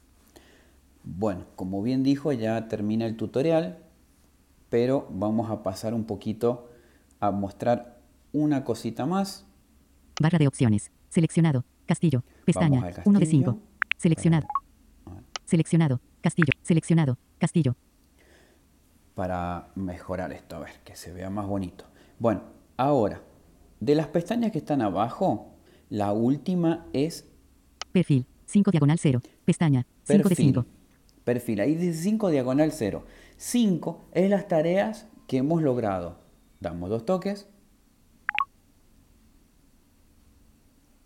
S1: Bueno, como bien dijo, ya termina el tutorial, pero vamos a pasar un poquito a mostrar una cosita más.
S2: Barra de opciones. Seleccionado. Castillo. Pestaña.
S1: al
S2: 1 de
S1: castillo.
S2: 5. Seleccionado. Seleccionado. Castillo. Seleccionado. Castillo.
S1: para mejorar esto, a ver, que se vea más bonito. Bueno, ahora, de las pestañas que están abajo, la última es
S2: Perfil. 5 diagonal 0. Pestaña. 5 de
S1: perfil.
S2: 5.
S1: Perfil, ahí dice 5 diagonal 0. 5 es las tareas que hemos logrado. Damos dos toques.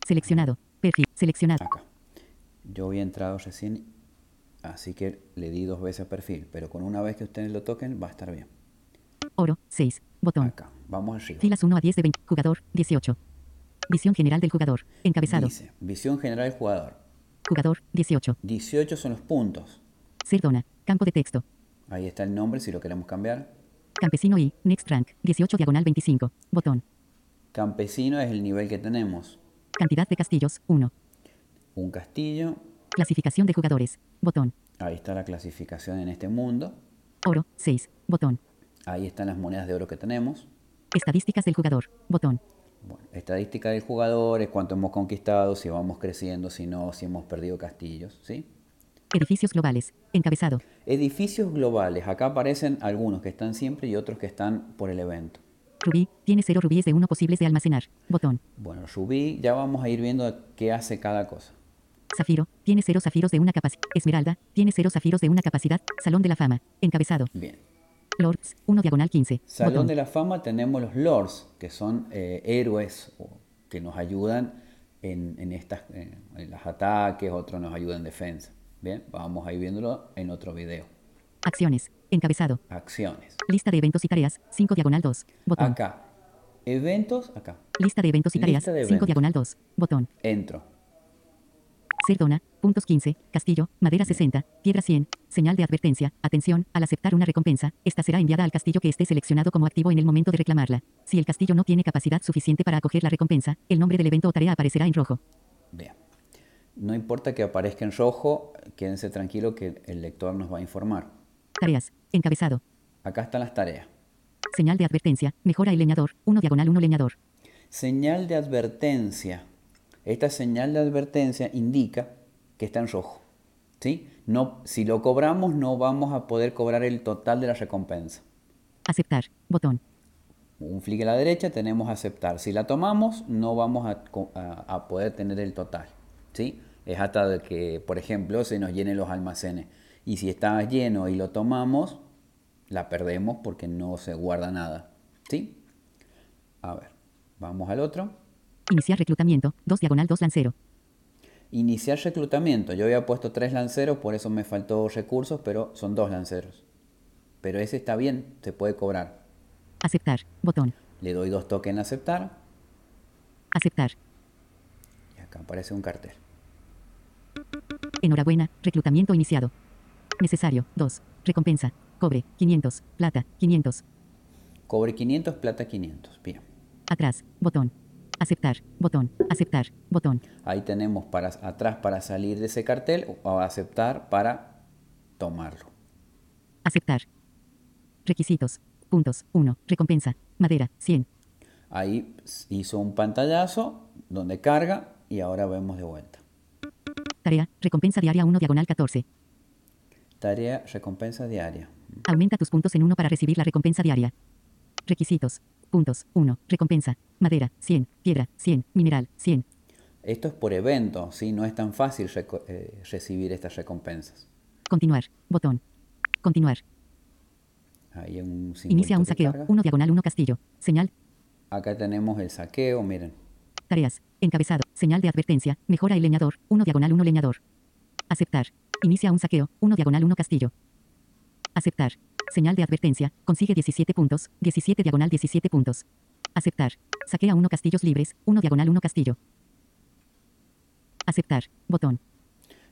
S2: Seleccionado. Perfil. Seleccionado.
S1: acá. Yo había entrado recién, así que le di dos veces a perfil, pero con una vez que ustedes lo toquen va a estar bien. Ah.
S2: Oro. 6. Botón.
S1: Acá, vamos arriba.
S2: Filas 1 a 10 de 20. Jugador. 18. Visión general del jugador. Encabezado.
S1: Dice, visión general del jugador.
S2: Jugador, 18.
S1: 18 son los puntos.
S2: Cerdona. Campo de texto.
S1: Ahí está el nombre si lo queremos cambiar.
S2: Campesino y Next Rank. 18 diagonal 25. Botón.
S1: Campesino es el nivel que tenemos.
S2: Cantidad de castillos. 1.
S1: Un castillo.
S2: Clasificación de jugadores. Botón.
S1: Ahí está la clasificación en este mundo.
S2: Oro. 6. Botón.
S1: Ahí están las monedas de oro que tenemos.
S2: Estadísticas del jugador. Botón.
S1: Bueno, estadística del jugador es cuánto hemos conquistado, si vamos creciendo, si no, si hemos perdido castillos, ¿sí?
S2: Edificios globales. Encabezado.
S1: Edificios globales. Acá aparecen algunos que están siempre y otros que están por el evento.
S2: Rubí. Tiene 0 rubíes de 1 posibles de almacenar. Botón.
S1: Bueno, Rubí, ya vamos a ir viendo qué hace cada cosa.
S2: Zafiro. Tiene 0 zafiros de una capacidad. Esmeralda. Tiene 0 zafiros de una capacidad. Salón de la fama. Encabezado.
S1: Bien.
S2: Lords. 1 diagonal 15.
S1: Salón
S2: Botón.
S1: de la Fama tenemos los lords, que son eh, héroes o- que nos ayudan en, en estas, eh, en los ataques, otros nos ayudan en defensa. Bien, vamos a ir viéndolo en otro video.
S2: Acciones. Encabezado.
S1: Acciones.
S2: Lista de eventos y tareas. 5 diagonal 2. Botón.
S1: Acá. Eventos, acá.
S2: Lista de eventos y
S1: Lista
S2: tareas.
S1: de
S2: 5
S1: eventos.
S2: diagonal 2. Botón.
S1: Entro.
S2: Cerdona, puntos 15, castillo, madera 60, piedra 100, señal de advertencia, atención, al aceptar una recompensa, esta será enviada al castillo que esté seleccionado como activo en el momento de reclamarla. Si el castillo no tiene capacidad suficiente para acoger la recompensa, el nombre del evento o tarea aparecerá en rojo.
S1: Bien. No importa que aparezca en rojo, quédense tranquilo que el lector nos va a informar.
S2: Tareas, encabezado,
S1: Acá están las tareas.
S2: señal de advertencia, mejora el leñador, 1 diagonal 1 leñador,
S1: Señal de advertencia. Esta señal de advertencia indica que está en rojo. ¿sí? No, si lo cobramos no vamos a poder cobrar el total de la recompensa.
S2: aceptar, botón,
S1: Un flick a la derecha tenemos aceptar. Si la tomamos no vamos a, co- a- a poder tener el total. ¿sí? Es hasta de que, por ejemplo, se nos llenen los almacenes. Y si está lleno y lo tomamos, la perdemos porque no se guarda nada. ¿sí? A ver, vamos al otro.
S2: iniciar reclutamiento, 2 diagonal 2 lancero,
S1: Iniciar reclutamiento. Yo había puesto tres lanceros, por eso me faltó recursos, pero son dos lanceros. Pero ese está bien, se puede cobrar.
S2: aceptar, botón,
S1: Le doy dos toques en aceptar
S2: aceptar,
S1: y acá aparece un cartel.
S2: Enhorabuena, reclutamiento iniciado. Necesario, 2. Recompensa. Cobre, 500. Plata, 500.
S1: Cobre 500, plata 500. Bien.
S2: Atrás, botón. Aceptar, botón. Aceptar, botón.
S1: Ahí tenemos para, atrás para salir de ese cartel o aceptar para tomarlo.
S2: Aceptar. Requisitos. Puntos. 1. Recompensa. Madera, 100.
S1: Ahí s- hizo un pantallazo donde carga y ahora vemos de vuelta.
S2: Tarea, recompensa diaria 1 diagonal 14.
S1: Tarea recompensa diaria.
S2: Aumenta tus puntos en 1 para recibir la recompensa diaria. Requisitos. Puntos. 1. Recompensa. Madera, 100. Piedra, 100. Mineral, 100.
S1: Esto es por evento, ¿sí? no es tan fácil reco- eh, recibir estas recompensas.
S2: Continuar, botón. Continuar.
S1: Ahí hay un simbolito
S2: Inicia un
S1: que
S2: saqueo.
S1: carga.
S2: 1 diagonal 1 castillo. Señal,
S1: Acá tenemos el saqueo, miren.
S2: Tareas. Encabezado. Señal de advertencia. Mejora el leñador. 1 diagonal 1 leñador. Aceptar. Inicia un saqueo. 1 diagonal 1 castillo. Aceptar. Señal de advertencia. Consigue 17 puntos. 17 diagonal 17 puntos. Aceptar. Saquea 1 castillos libres. 1 diagonal 1 castillo. Aceptar. Botón.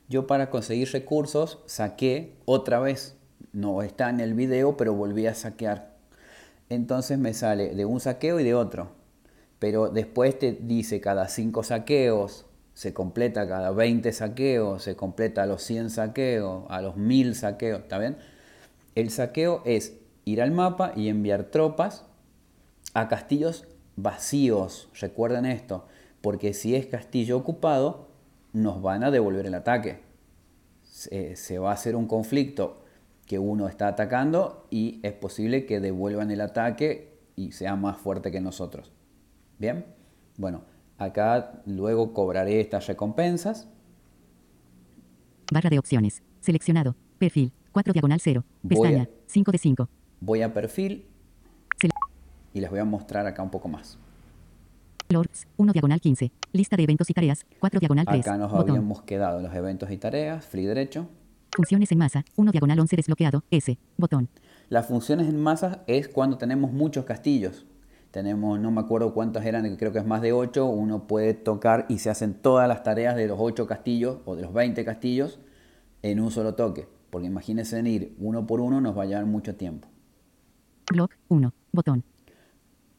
S1: Yo para conseguir recursos saqué otra vez. No está en el video, pero volví a saquear. Entonces me sale de un saqueo y de otro. Pero después te dice cada 5 saqueos, se completa cada 20 saqueos, se completa a los 100 saqueos, a los 1000 saqueos, ¿está bien? El saqueo es ir al mapa y enviar tropas a castillos vacíos. Recuerden esto, porque si es castillo ocupado, nos van a devolver el ataque. Se, se va a hacer un conflicto que uno está atacando y es posible que devuelvan el ataque y sea más fuerte que nosotros. Bien, bueno, acá luego cobraré estas recompensas.
S2: Barra de opciones. Seleccionado. Perfil. 4 diagonal 0.
S1: Voy a-
S2: Pestaña. 5 de 5.
S1: Voy a perfil
S2: Sí.
S1: y les voy a mostrar acá un poco más.
S2: Lords. 1 diagonal 15. Lista de eventos y tareas. 4 diagonal 3.
S1: Acá nos
S2: Botón.
S1: habíamos quedado en los eventos y tareas, flick derecho.
S2: Funciones en masa. 1 diagonal 11 desbloqueado. S. Botón.
S1: Las funciones en masa es cuando tenemos muchos castillos. Tenemos, no me acuerdo cuántas eran, creo que es más de 8. Uno puede tocar y se hacen todas las tareas de los 8 castillos o de los 20 castillos en un solo toque. Porque imagínense en ir uno por uno, nos va a llevar mucho tiempo.
S2: Blog 1. Botón.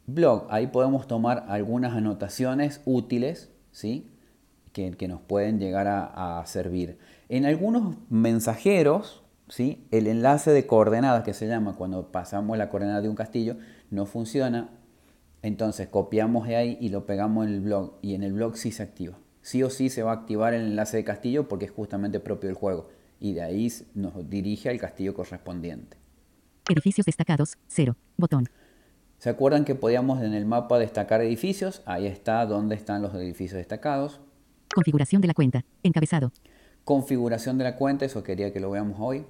S1: Blog, ahí podemos tomar algunas anotaciones útiles, ¿sí? Que, que nos pueden llegar a, a servir. En algunos mensajeros, ¿sí? el enlace de coordenadas que se llama cuando pasamos la coordenada de un castillo no funciona. Entonces copiamos de ahí y lo pegamos en el blog. Y en el blog sí se activa. Sí o sí se va a activar el enlace de castillo porque es justamente propio del juego. Y de ahí nos dirige al castillo correspondiente.
S2: Edificios destacados, 0. Botón.
S1: ¿Se acuerdan que podíamos en el mapa destacar edificios? Ahí está donde están los edificios destacados.
S2: Configuración de la cuenta. Encabezado.
S1: Configuración de la cuenta, eso quería que lo veamos hoy.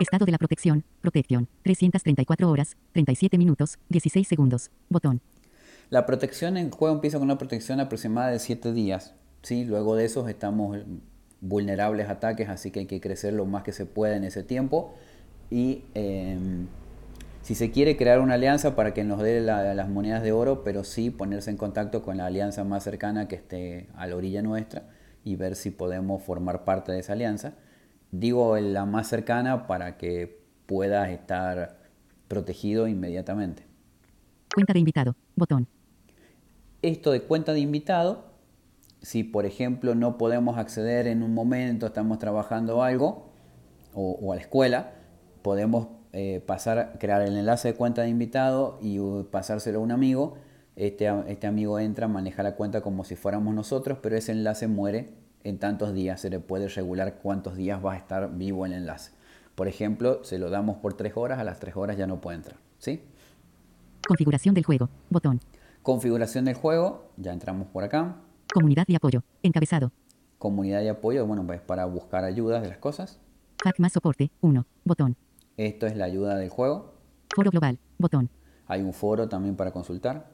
S2: Estado de la protección. Protección. 334 horas, 37 minutos, 16 segundos. Botón.
S1: La protección en juego empieza con una protección aproximada de 7 días. ¿sí? Luego de esos estamos vulnerables a ataques, así que hay que crecer lo más que se pueda en ese tiempo. Y eh, si se quiere crear una alianza para que nos dé la- las monedas de oro, pero sí ponerse en contacto con la alianza más cercana que esté a la orilla nuestra y ver si podemos formar parte de esa alianza. Digo la más cercana para que puedas estar protegido inmediatamente.
S2: Cuenta de invitado. Botón.
S1: Esto de cuenta de invitado, si por ejemplo no podemos acceder en un momento, estamos trabajando algo o, o a la escuela, podemos eh, pasar, crear el enlace de cuenta de invitado y uh, pasárselo a un amigo. Este, a- este amigo entra, maneja la cuenta como si fuéramos nosotros, pero ese enlace muere en tantos días. Se le puede regular cuántos días va a estar vivo el enlace. Por ejemplo, se lo damos por tres horas, a las tres horas ya no puede entrar. ¿sí?
S2: Configuración del juego. Botón.
S1: Configuración del juego, ya entramos por acá.
S2: Comunidad de apoyo. Encabezado.
S1: comunidad y apoyo, bueno, pues para buscar ayudas de las cosas.
S2: Pack más soporte. 1. Botón.
S1: Esto es la ayuda del juego.
S2: Foro global. Botón.
S1: Hay un foro también para consultar.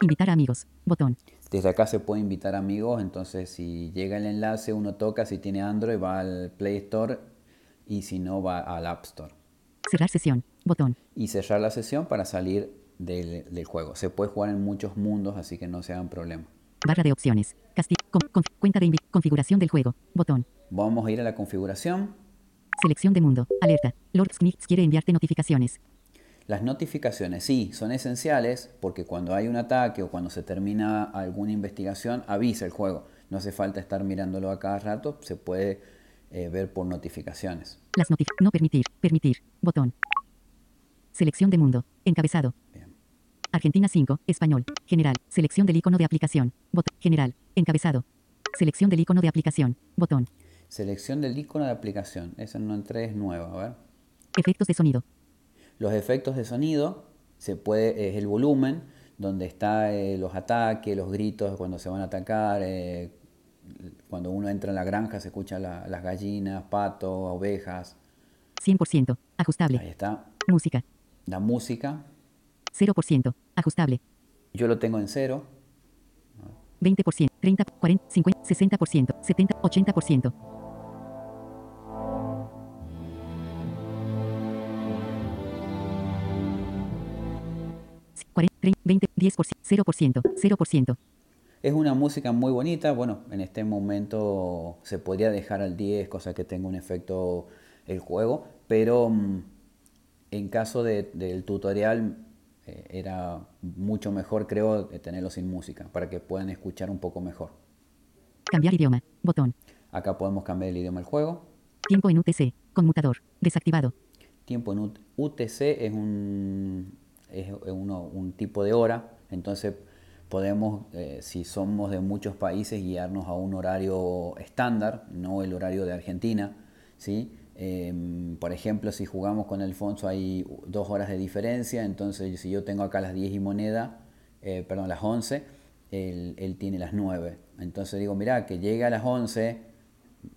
S2: Invitar a amigos. Botón.
S1: Desde acá se puede invitar amigos, entonces si llega el enlace, uno toca, si tiene Android va al Play Store y si no va al App Store.
S2: Cerrar sesión. Botón.
S1: Y cerrar la sesión para salir del, del juego. Se puede jugar en muchos mundos, así que no se hagan problema.
S2: Barra de opciones. Castillo. cuenta de invi- configuración del juego. Botón.
S1: Vamos a ir a la configuración.
S2: Selección de mundo. Alerta. Lord Snichts quiere enviarte notificaciones.
S1: Las notificaciones sí son esenciales porque cuando hay un ataque o cuando se termina alguna investigación avisa el juego. No hace falta estar mirándolo a cada rato, se puede eh, ver por notificaciones.
S2: Las notif. No permitir. Permitir. Botón. Selección de mundo. Encabezado.
S1: Bien.
S2: Argentina 5. Español. General. Selección del icono de aplicación. Botón. General. Encabezado. Selección del icono de aplicación. Botón.
S1: Selección del icono de aplicación. Esa no entré, es nueva. A ver.
S2: Efectos de sonido.
S1: Los efectos de sonido se puede, es el volumen, donde están los ataques, los gritos cuando se van a atacar, eh, cuando uno entra en la granja se escuchan la- las gallinas, patos, ovejas.
S2: 100%.
S1: Ahí
S2: Ajustable.
S1: está.
S2: Música.
S1: La música,
S2: 0%. Ajustable.
S1: Yo lo tengo en cero.
S2: 20%, 30, 40, 50, 60%, 70, 80%. C- 40, 30, 20, 10%, 0%, 0%.
S1: Es una música muy bonita. Bueno, en este momento se podría dejar al 10, cosa que tenga un efecto el juego. Pero mm, en caso de- del tutorial eh, era mucho mejor, creo, de tenerlo sin música, para que puedan escuchar un poco mejor.
S2: Cambiar idioma, botón.
S1: Acá podemos cambiar el idioma del juego.
S2: Tiempo en UTC, conmutador, desactivado.
S1: Tiempo en U- UTC es un, es uno- un tipo de hora, entonces podemos, eh, si somos de muchos países, guiarnos a un horario estándar, no el horario de Argentina. ¿sí? Em, por ejemplo, si jugamos con Alfonso hay u- dos horas de diferencia, entonces si yo tengo acá las 10 y moneda, eh, perdón, las 11, él, él tiene las 9. Entonces digo, mirá, que llegue a las 11,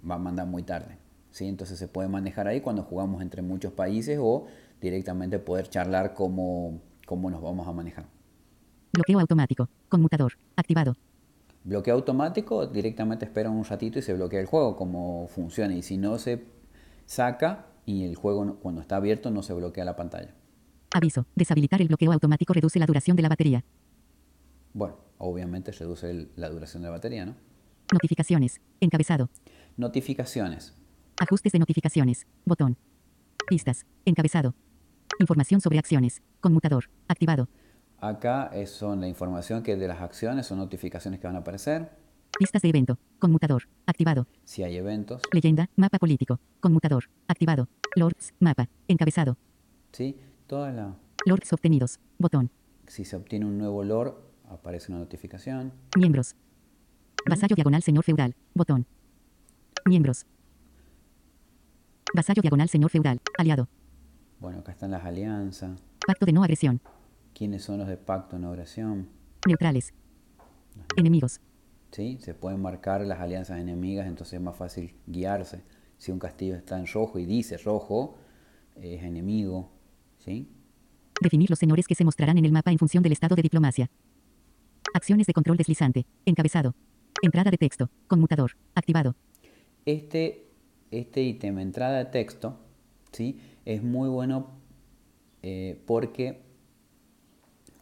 S1: va a mandar muy tarde. ¿sí? Entonces se puede manejar ahí cuando jugamos entre muchos países o directamente poder charlar cómo, cómo nos vamos a manejar.
S2: Bloqueo automático, conmutador, activado.
S1: Bloqueo automático, directamente espera un ratito y se bloquea el juego, como funciona. Y si no, se saca y el juego no- cuando está abierto no se bloquea la pantalla.
S2: Aviso, deshabilitar el bloqueo automático reduce la duración de la batería.
S1: Bueno, obviamente reduce el- la duración de la batería, ¿no?
S2: Notificaciones. Encabezado.
S1: Notificaciones.
S2: Ajustes de notificaciones. Botón. Listas. Encabezado. Información sobre acciones. Conmutador. Activado.
S1: Acá es- son la información que de las acciones son notificaciones que van a aparecer.
S2: Listas de evento. Conmutador. Activado.
S1: Si hay eventos,
S2: Leyenda. Mapa político. Conmutador. Activado. Lords. Mapa. Encabezado.
S1: ¿sí? Toda la,
S2: Lords obtenidos. Botón.
S1: si se obtiene un nuevo lore, aparece una notificación.
S2: Miembros. Vasallo diagonal señor feudal. Botón. Miembros. Vasallo diagonal señor feudal. Aliado.
S1: Bueno, acá están las alianzas.
S2: Pacto de no agresión.
S1: ¿Quiénes son los de pacto en oración?
S2: Neutrales. Enemigos.
S1: ¿Sí? Se pueden marcar las alianzas enemigas, entonces es más fácil guiarse. Si un castillo está en rojo y dice rojo, es enemigo. ¿Sí?
S2: Definir los señores que se mostrarán en el mapa en función del estado de diplomacia. Acciones de control deslizante. Encabezado. Entrada de texto. Conmutador. Activado.
S1: Este, este ítem, entrada de texto, ¿sí? es muy bueno eh, porque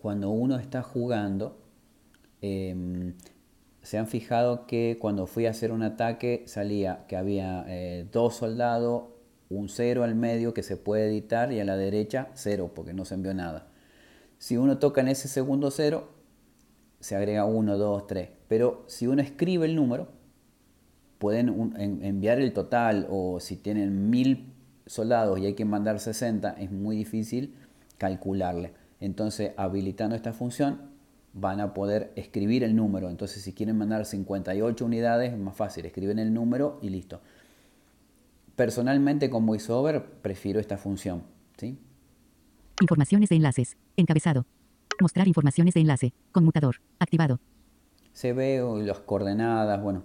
S1: cuando uno está jugando, eh, se han fijado que cuando fui a hacer un ataque salía que había eh, dos soldados, un cero al medio que se puede editar y a la derecha cero porque no se envió nada. Si uno toca en ese segundo cero, se agrega 1, 2, 3. Pero si uno escribe el número, pueden un- en- enviar el total o si tienen mil soldados y hay que mandar 60, es muy difícil calcularle. Entonces, habilitando esta función, van a poder escribir el número. Entonces, si quieren mandar 58 unidades, es más fácil, escriben el número y listo. Personalmente, con VoiceOver, prefiero esta función. ¿sí?
S2: Informaciones de enlaces. Encabezado. Mostrar informaciones de enlace. Conmutador. Activado.
S1: se ve o las coordenadas, bueno,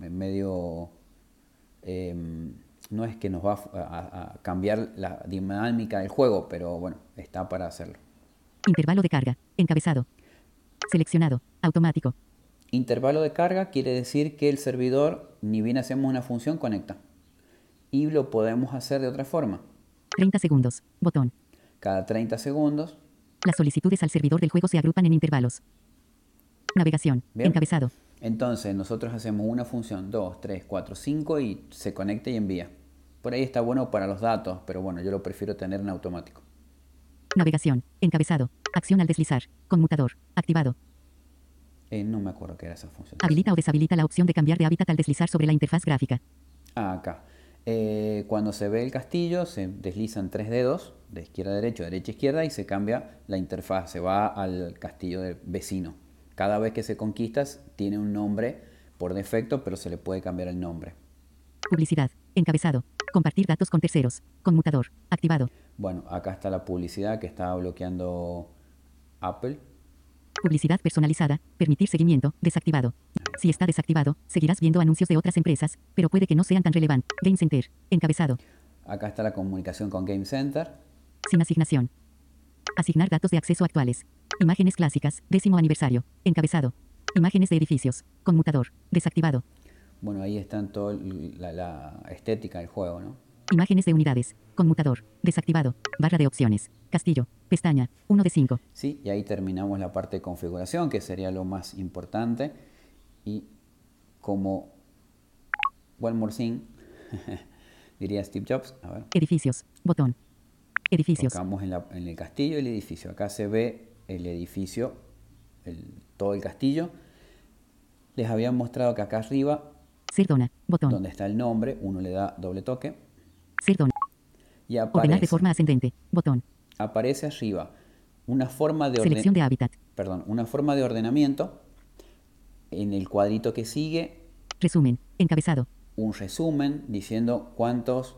S1: en medio... em, no es que nos va a, a- a cambiar la dinámica del juego, pero bueno, está para hacerlo.
S2: Intervalo de carga. Encabezado. Seleccionado. Automático.
S1: Intervalo de carga quiere decir que el servidor, ni bien hacemos una función, conecta. Y lo podemos hacer de otra forma.
S2: 30 segundos. Botón.
S1: Cada 30 segundos,
S2: Las solicitudes al servidor del juego se agrupan en intervalos. Navegación.
S1: Bien.
S2: Encabezado.
S1: Entonces, nosotros hacemos una función, 2, 3, 4, 5 y se conecta y envía. Por ahí está bueno para los datos, pero bueno, yo lo prefiero tener en automático.
S2: Navegación. Encabezado. Acción al deslizar. Conmutador. Activado.
S1: Eh, no me acuerdo qué era esa función.
S2: Habilita o deshabilita la opción de cambiar de hábitat al deslizar sobre la interfaz gráfica.
S1: Ah, acá. Eh, cuando se ve el castillo, se deslizan tres dedos, de izquierda a derecha, derecha a izquierda, y se cambia la interfaz, se va al castillo del vecino. Cada vez que se conquistas, tiene un nombre por defecto, pero se le puede cambiar el nombre.
S2: Publicidad. Encabezado. Compartir datos con terceros. Conmutador. Activado.
S1: Bueno, acá está la publicidad que está bloqueando Apple.
S2: Publicidad personalizada. Permitir seguimiento. Desactivado. Si está desactivado, seguirás viendo anuncios de otras empresas, pero puede que no sean tan relevantes. Game Center. Encabezado.
S1: Acá está la comunicación con Game Center.
S2: Sin asignación. Asignar datos de acceso actuales. Imágenes clásicas. Décimo aniversario. Encabezado. Imágenes de edificios. Conmutador. Desactivado.
S1: Bueno, ahí está toda la, la estética del juego, ¿no?
S2: Imágenes de unidades. Conmutador. Desactivado. Barra de opciones. Castillo. Pestaña. 1 de 5.
S1: ¿sí? Y ahí terminamos la parte de configuración, que sería lo más importante. Y como one more thing, [laughs] diría Steve Jobs, a ver,
S2: Edificios. Botón. Edificios.
S1: tocamos en, la- en el castillo y el edificio. Acá se ve el edificio, el- todo el castillo. Les había mostrado que acá arriba,
S2: Cerdona. Botón.
S1: donde está el nombre, uno le da doble toque
S2: Cerdona.
S1: y
S2: Ordenar de
S1: aparece,
S2: forma ascendente. Botón.
S1: aparece arriba una forma de ordenar.
S2: Selección de hábitat.
S1: perdón, una forma de ordenamiento. En el cuadrito que sigue,
S2: Resumen. Encabezado.
S1: un resumen diciendo cuántos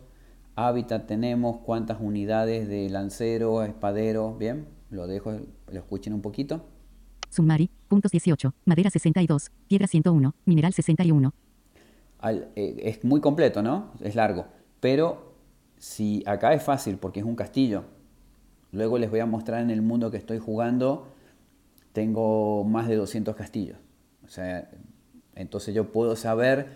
S1: hábitats tenemos, cuántas unidades de lancero, espadero, bien, lo dejo, lo escuchen un poquito.
S2: Sumari. Puntos 18. Madera 62. Piedra 101. Mineral 61.
S1: Al- eh, es muy completo, ¿no? Es largo, pero si acá es fácil porque es un castillo. Luego les voy a mostrar en el mundo que estoy jugando, tengo más de 200 castillos. O sea, entonces yo puedo saber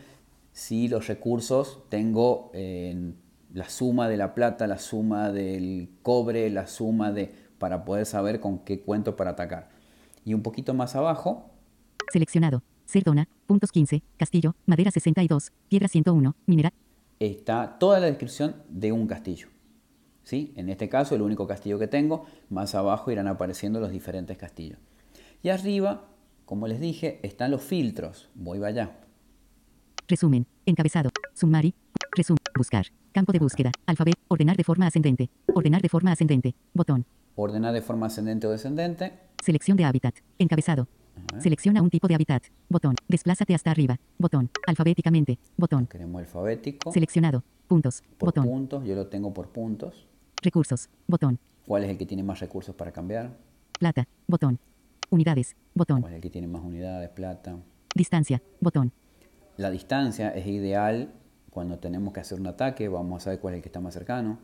S1: si los recursos tengo en la suma de la plata, la suma del cobre, la suma de... para poder saber con qué cuento para atacar. Y un poquito más abajo,
S2: Seleccionado. Cerdona, puntos 15, castillo, madera 62, piedra 101, mineral.
S1: está toda la descripción de un castillo. ¿Sí? En este caso, el único castillo que tengo, más abajo irán apareciendo los diferentes castillos. Y arriba, como les dije, están los filtros. Voy para allá.
S2: Resumen. Encabezado. Summary. Resumen. Buscar. Campo de búsqueda. Alfabet. Ordenar de forma ascendente. Ordenar de forma ascendente. Botón.
S1: Ordenar de forma ascendente o descendente.
S2: Selección de hábitat. Encabezado. Selecciona un tipo de hábitat. Botón. Desplázate hasta arriba. Botón. Alfabéticamente. Botón.
S1: Queremos alfabético.
S2: Seleccionado. Puntos.
S1: Por
S2: Botón.
S1: puntos, yo lo tengo por puntos.
S2: Recursos. Botón.
S1: ¿Cuál es el que tiene más recursos para cambiar?
S2: Plata. Botón. Unidades. Botón.
S1: ¿Cuál es el que tiene más unidades, plata?
S2: Distancia. Botón.
S1: La distancia es ideal cuando tenemos que hacer un ataque, vamos a saber cuál es el que está más cercano.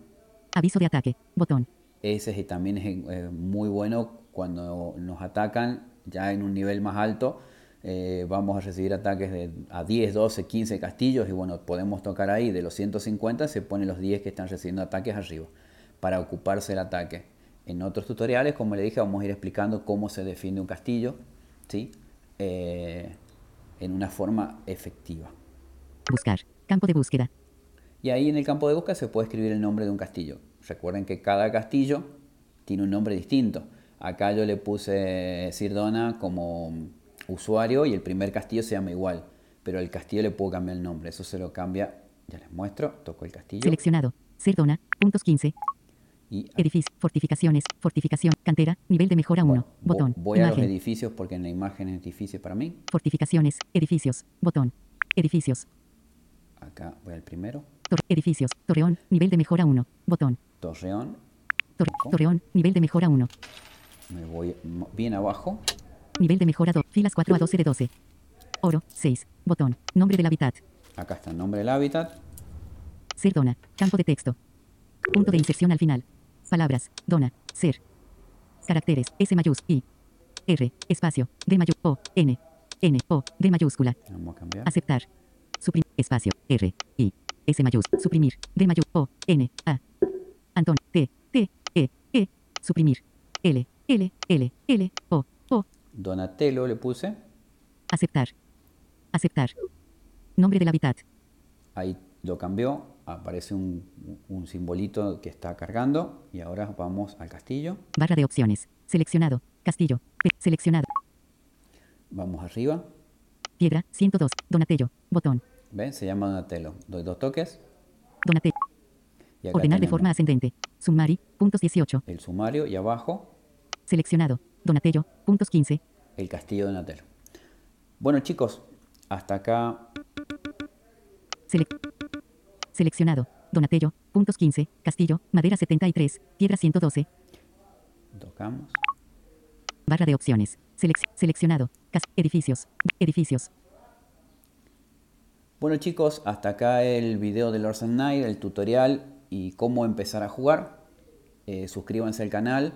S2: Aviso de ataque. Botón.
S1: Ese es- también es eh, muy bueno cuando nos atacan ya en un nivel más alto. eh, vamos a recibir ataques de, a 10, 12, 15 castillos y bueno, podemos tocar ahí. De los 150 se ponen los 10 que están recibiendo ataques arriba para ocuparse el ataque. En otros tutoriales, como le dije, vamos a ir explicando cómo se defiende un castillo ¿sí? Eh, en una forma efectiva.
S2: Buscar. Campo de búsqueda.
S1: Y ahí en el campo de búsqueda se puede escribir el nombre de un castillo. Recuerden que cada castillo tiene un nombre distinto. Acá yo le puse Sirdona como usuario y el primer castillo se llama igual. Pero el castillo le puedo cambiar el nombre. Eso se lo cambia. Ya les muestro. Toco el castillo.
S2: Seleccionado. Cerdona. Puntos 15.
S1: Ah. Y
S2: Edificio. Fortificaciones. Fortificación. Cantera. Nivel de mejora 1.
S1: bueno, vo-
S2: Botón.
S1: voy a
S2: Imagen.
S1: los edificios porque en la imagen es edificio para mí.
S2: Fortificaciones. Edificios. Botón. Edificios.
S1: Acá voy al primero.
S2: Tor- edificios. Torreón. Nivel de mejora 1. Botón.
S1: Torreón.
S2: Tor- torreón. Nivel de mejora 1.
S1: Me voy mo- bien abajo.
S2: Nivel de mejora 2. Filas 4 a 12 de 12. Oro. 6. Botón. Nombre del hábitat.
S1: Acá está el nombre del hábitat.
S2: Ser dona. Campo de texto. Punto de inserción al final. Palabras. Dona. Ser. Caracteres. S mayús. I. R. Espacio. D mayús. O. N. N. O. D mayúscula.
S1: Vamos a cambiar.
S2: Aceptar. Suprimir. Espacio. R. I. S mayús. Suprimir. D mayús. O. N. A. Antón. T. T. E. E. Suprimir. L. L. L. L. O. O.
S1: Donatello le puse.
S2: Aceptar. Aceptar. Nombre del hábitat.
S1: Ahí lo cambió, aparece un, un simbolito que está cargando y ahora vamos al castillo,
S2: Barra de opciones. Seleccionado. Castillo. Pe- Seleccionado.
S1: vamos arriba,
S2: Piedra, 102. Donatello. Botón.
S1: ¿ven? Se llama Donatello, doy dos toques
S2: Donatello.
S1: y acá
S2: Ordenar de
S1: tenemos
S2: forma ascendente. Summary. Puntos 18.
S1: el sumario y abajo
S2: Seleccionado. Donatello. Puntos 15.
S1: el castillo de Donatello. Bueno chicos, hasta acá
S2: Selec- Seleccionado. Donatello. Puntos 15. Castillo. Madera 73. Piedra 112.
S1: tocamos,
S2: Barra de opciones. Selec- seleccionado. Cas- edificios. Edificios.
S1: Bueno chicos, hasta acá el video de Lords and Knight, el tutorial y cómo empezar a jugar. Eh, suscríbanse al canal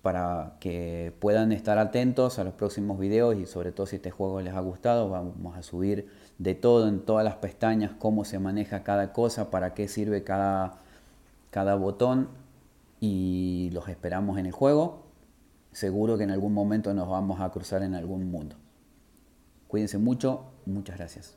S1: para que puedan estar atentos a los próximos videos y sobre todo si este juego les ha gustado, vamos a subir de todo en todas las pestañas, cómo se maneja cada cosa, para qué sirve cada, cada botón y los esperamos en el juego. Seguro que en algún momento nos vamos a cruzar en algún mundo. Cuídense mucho, muchas gracias.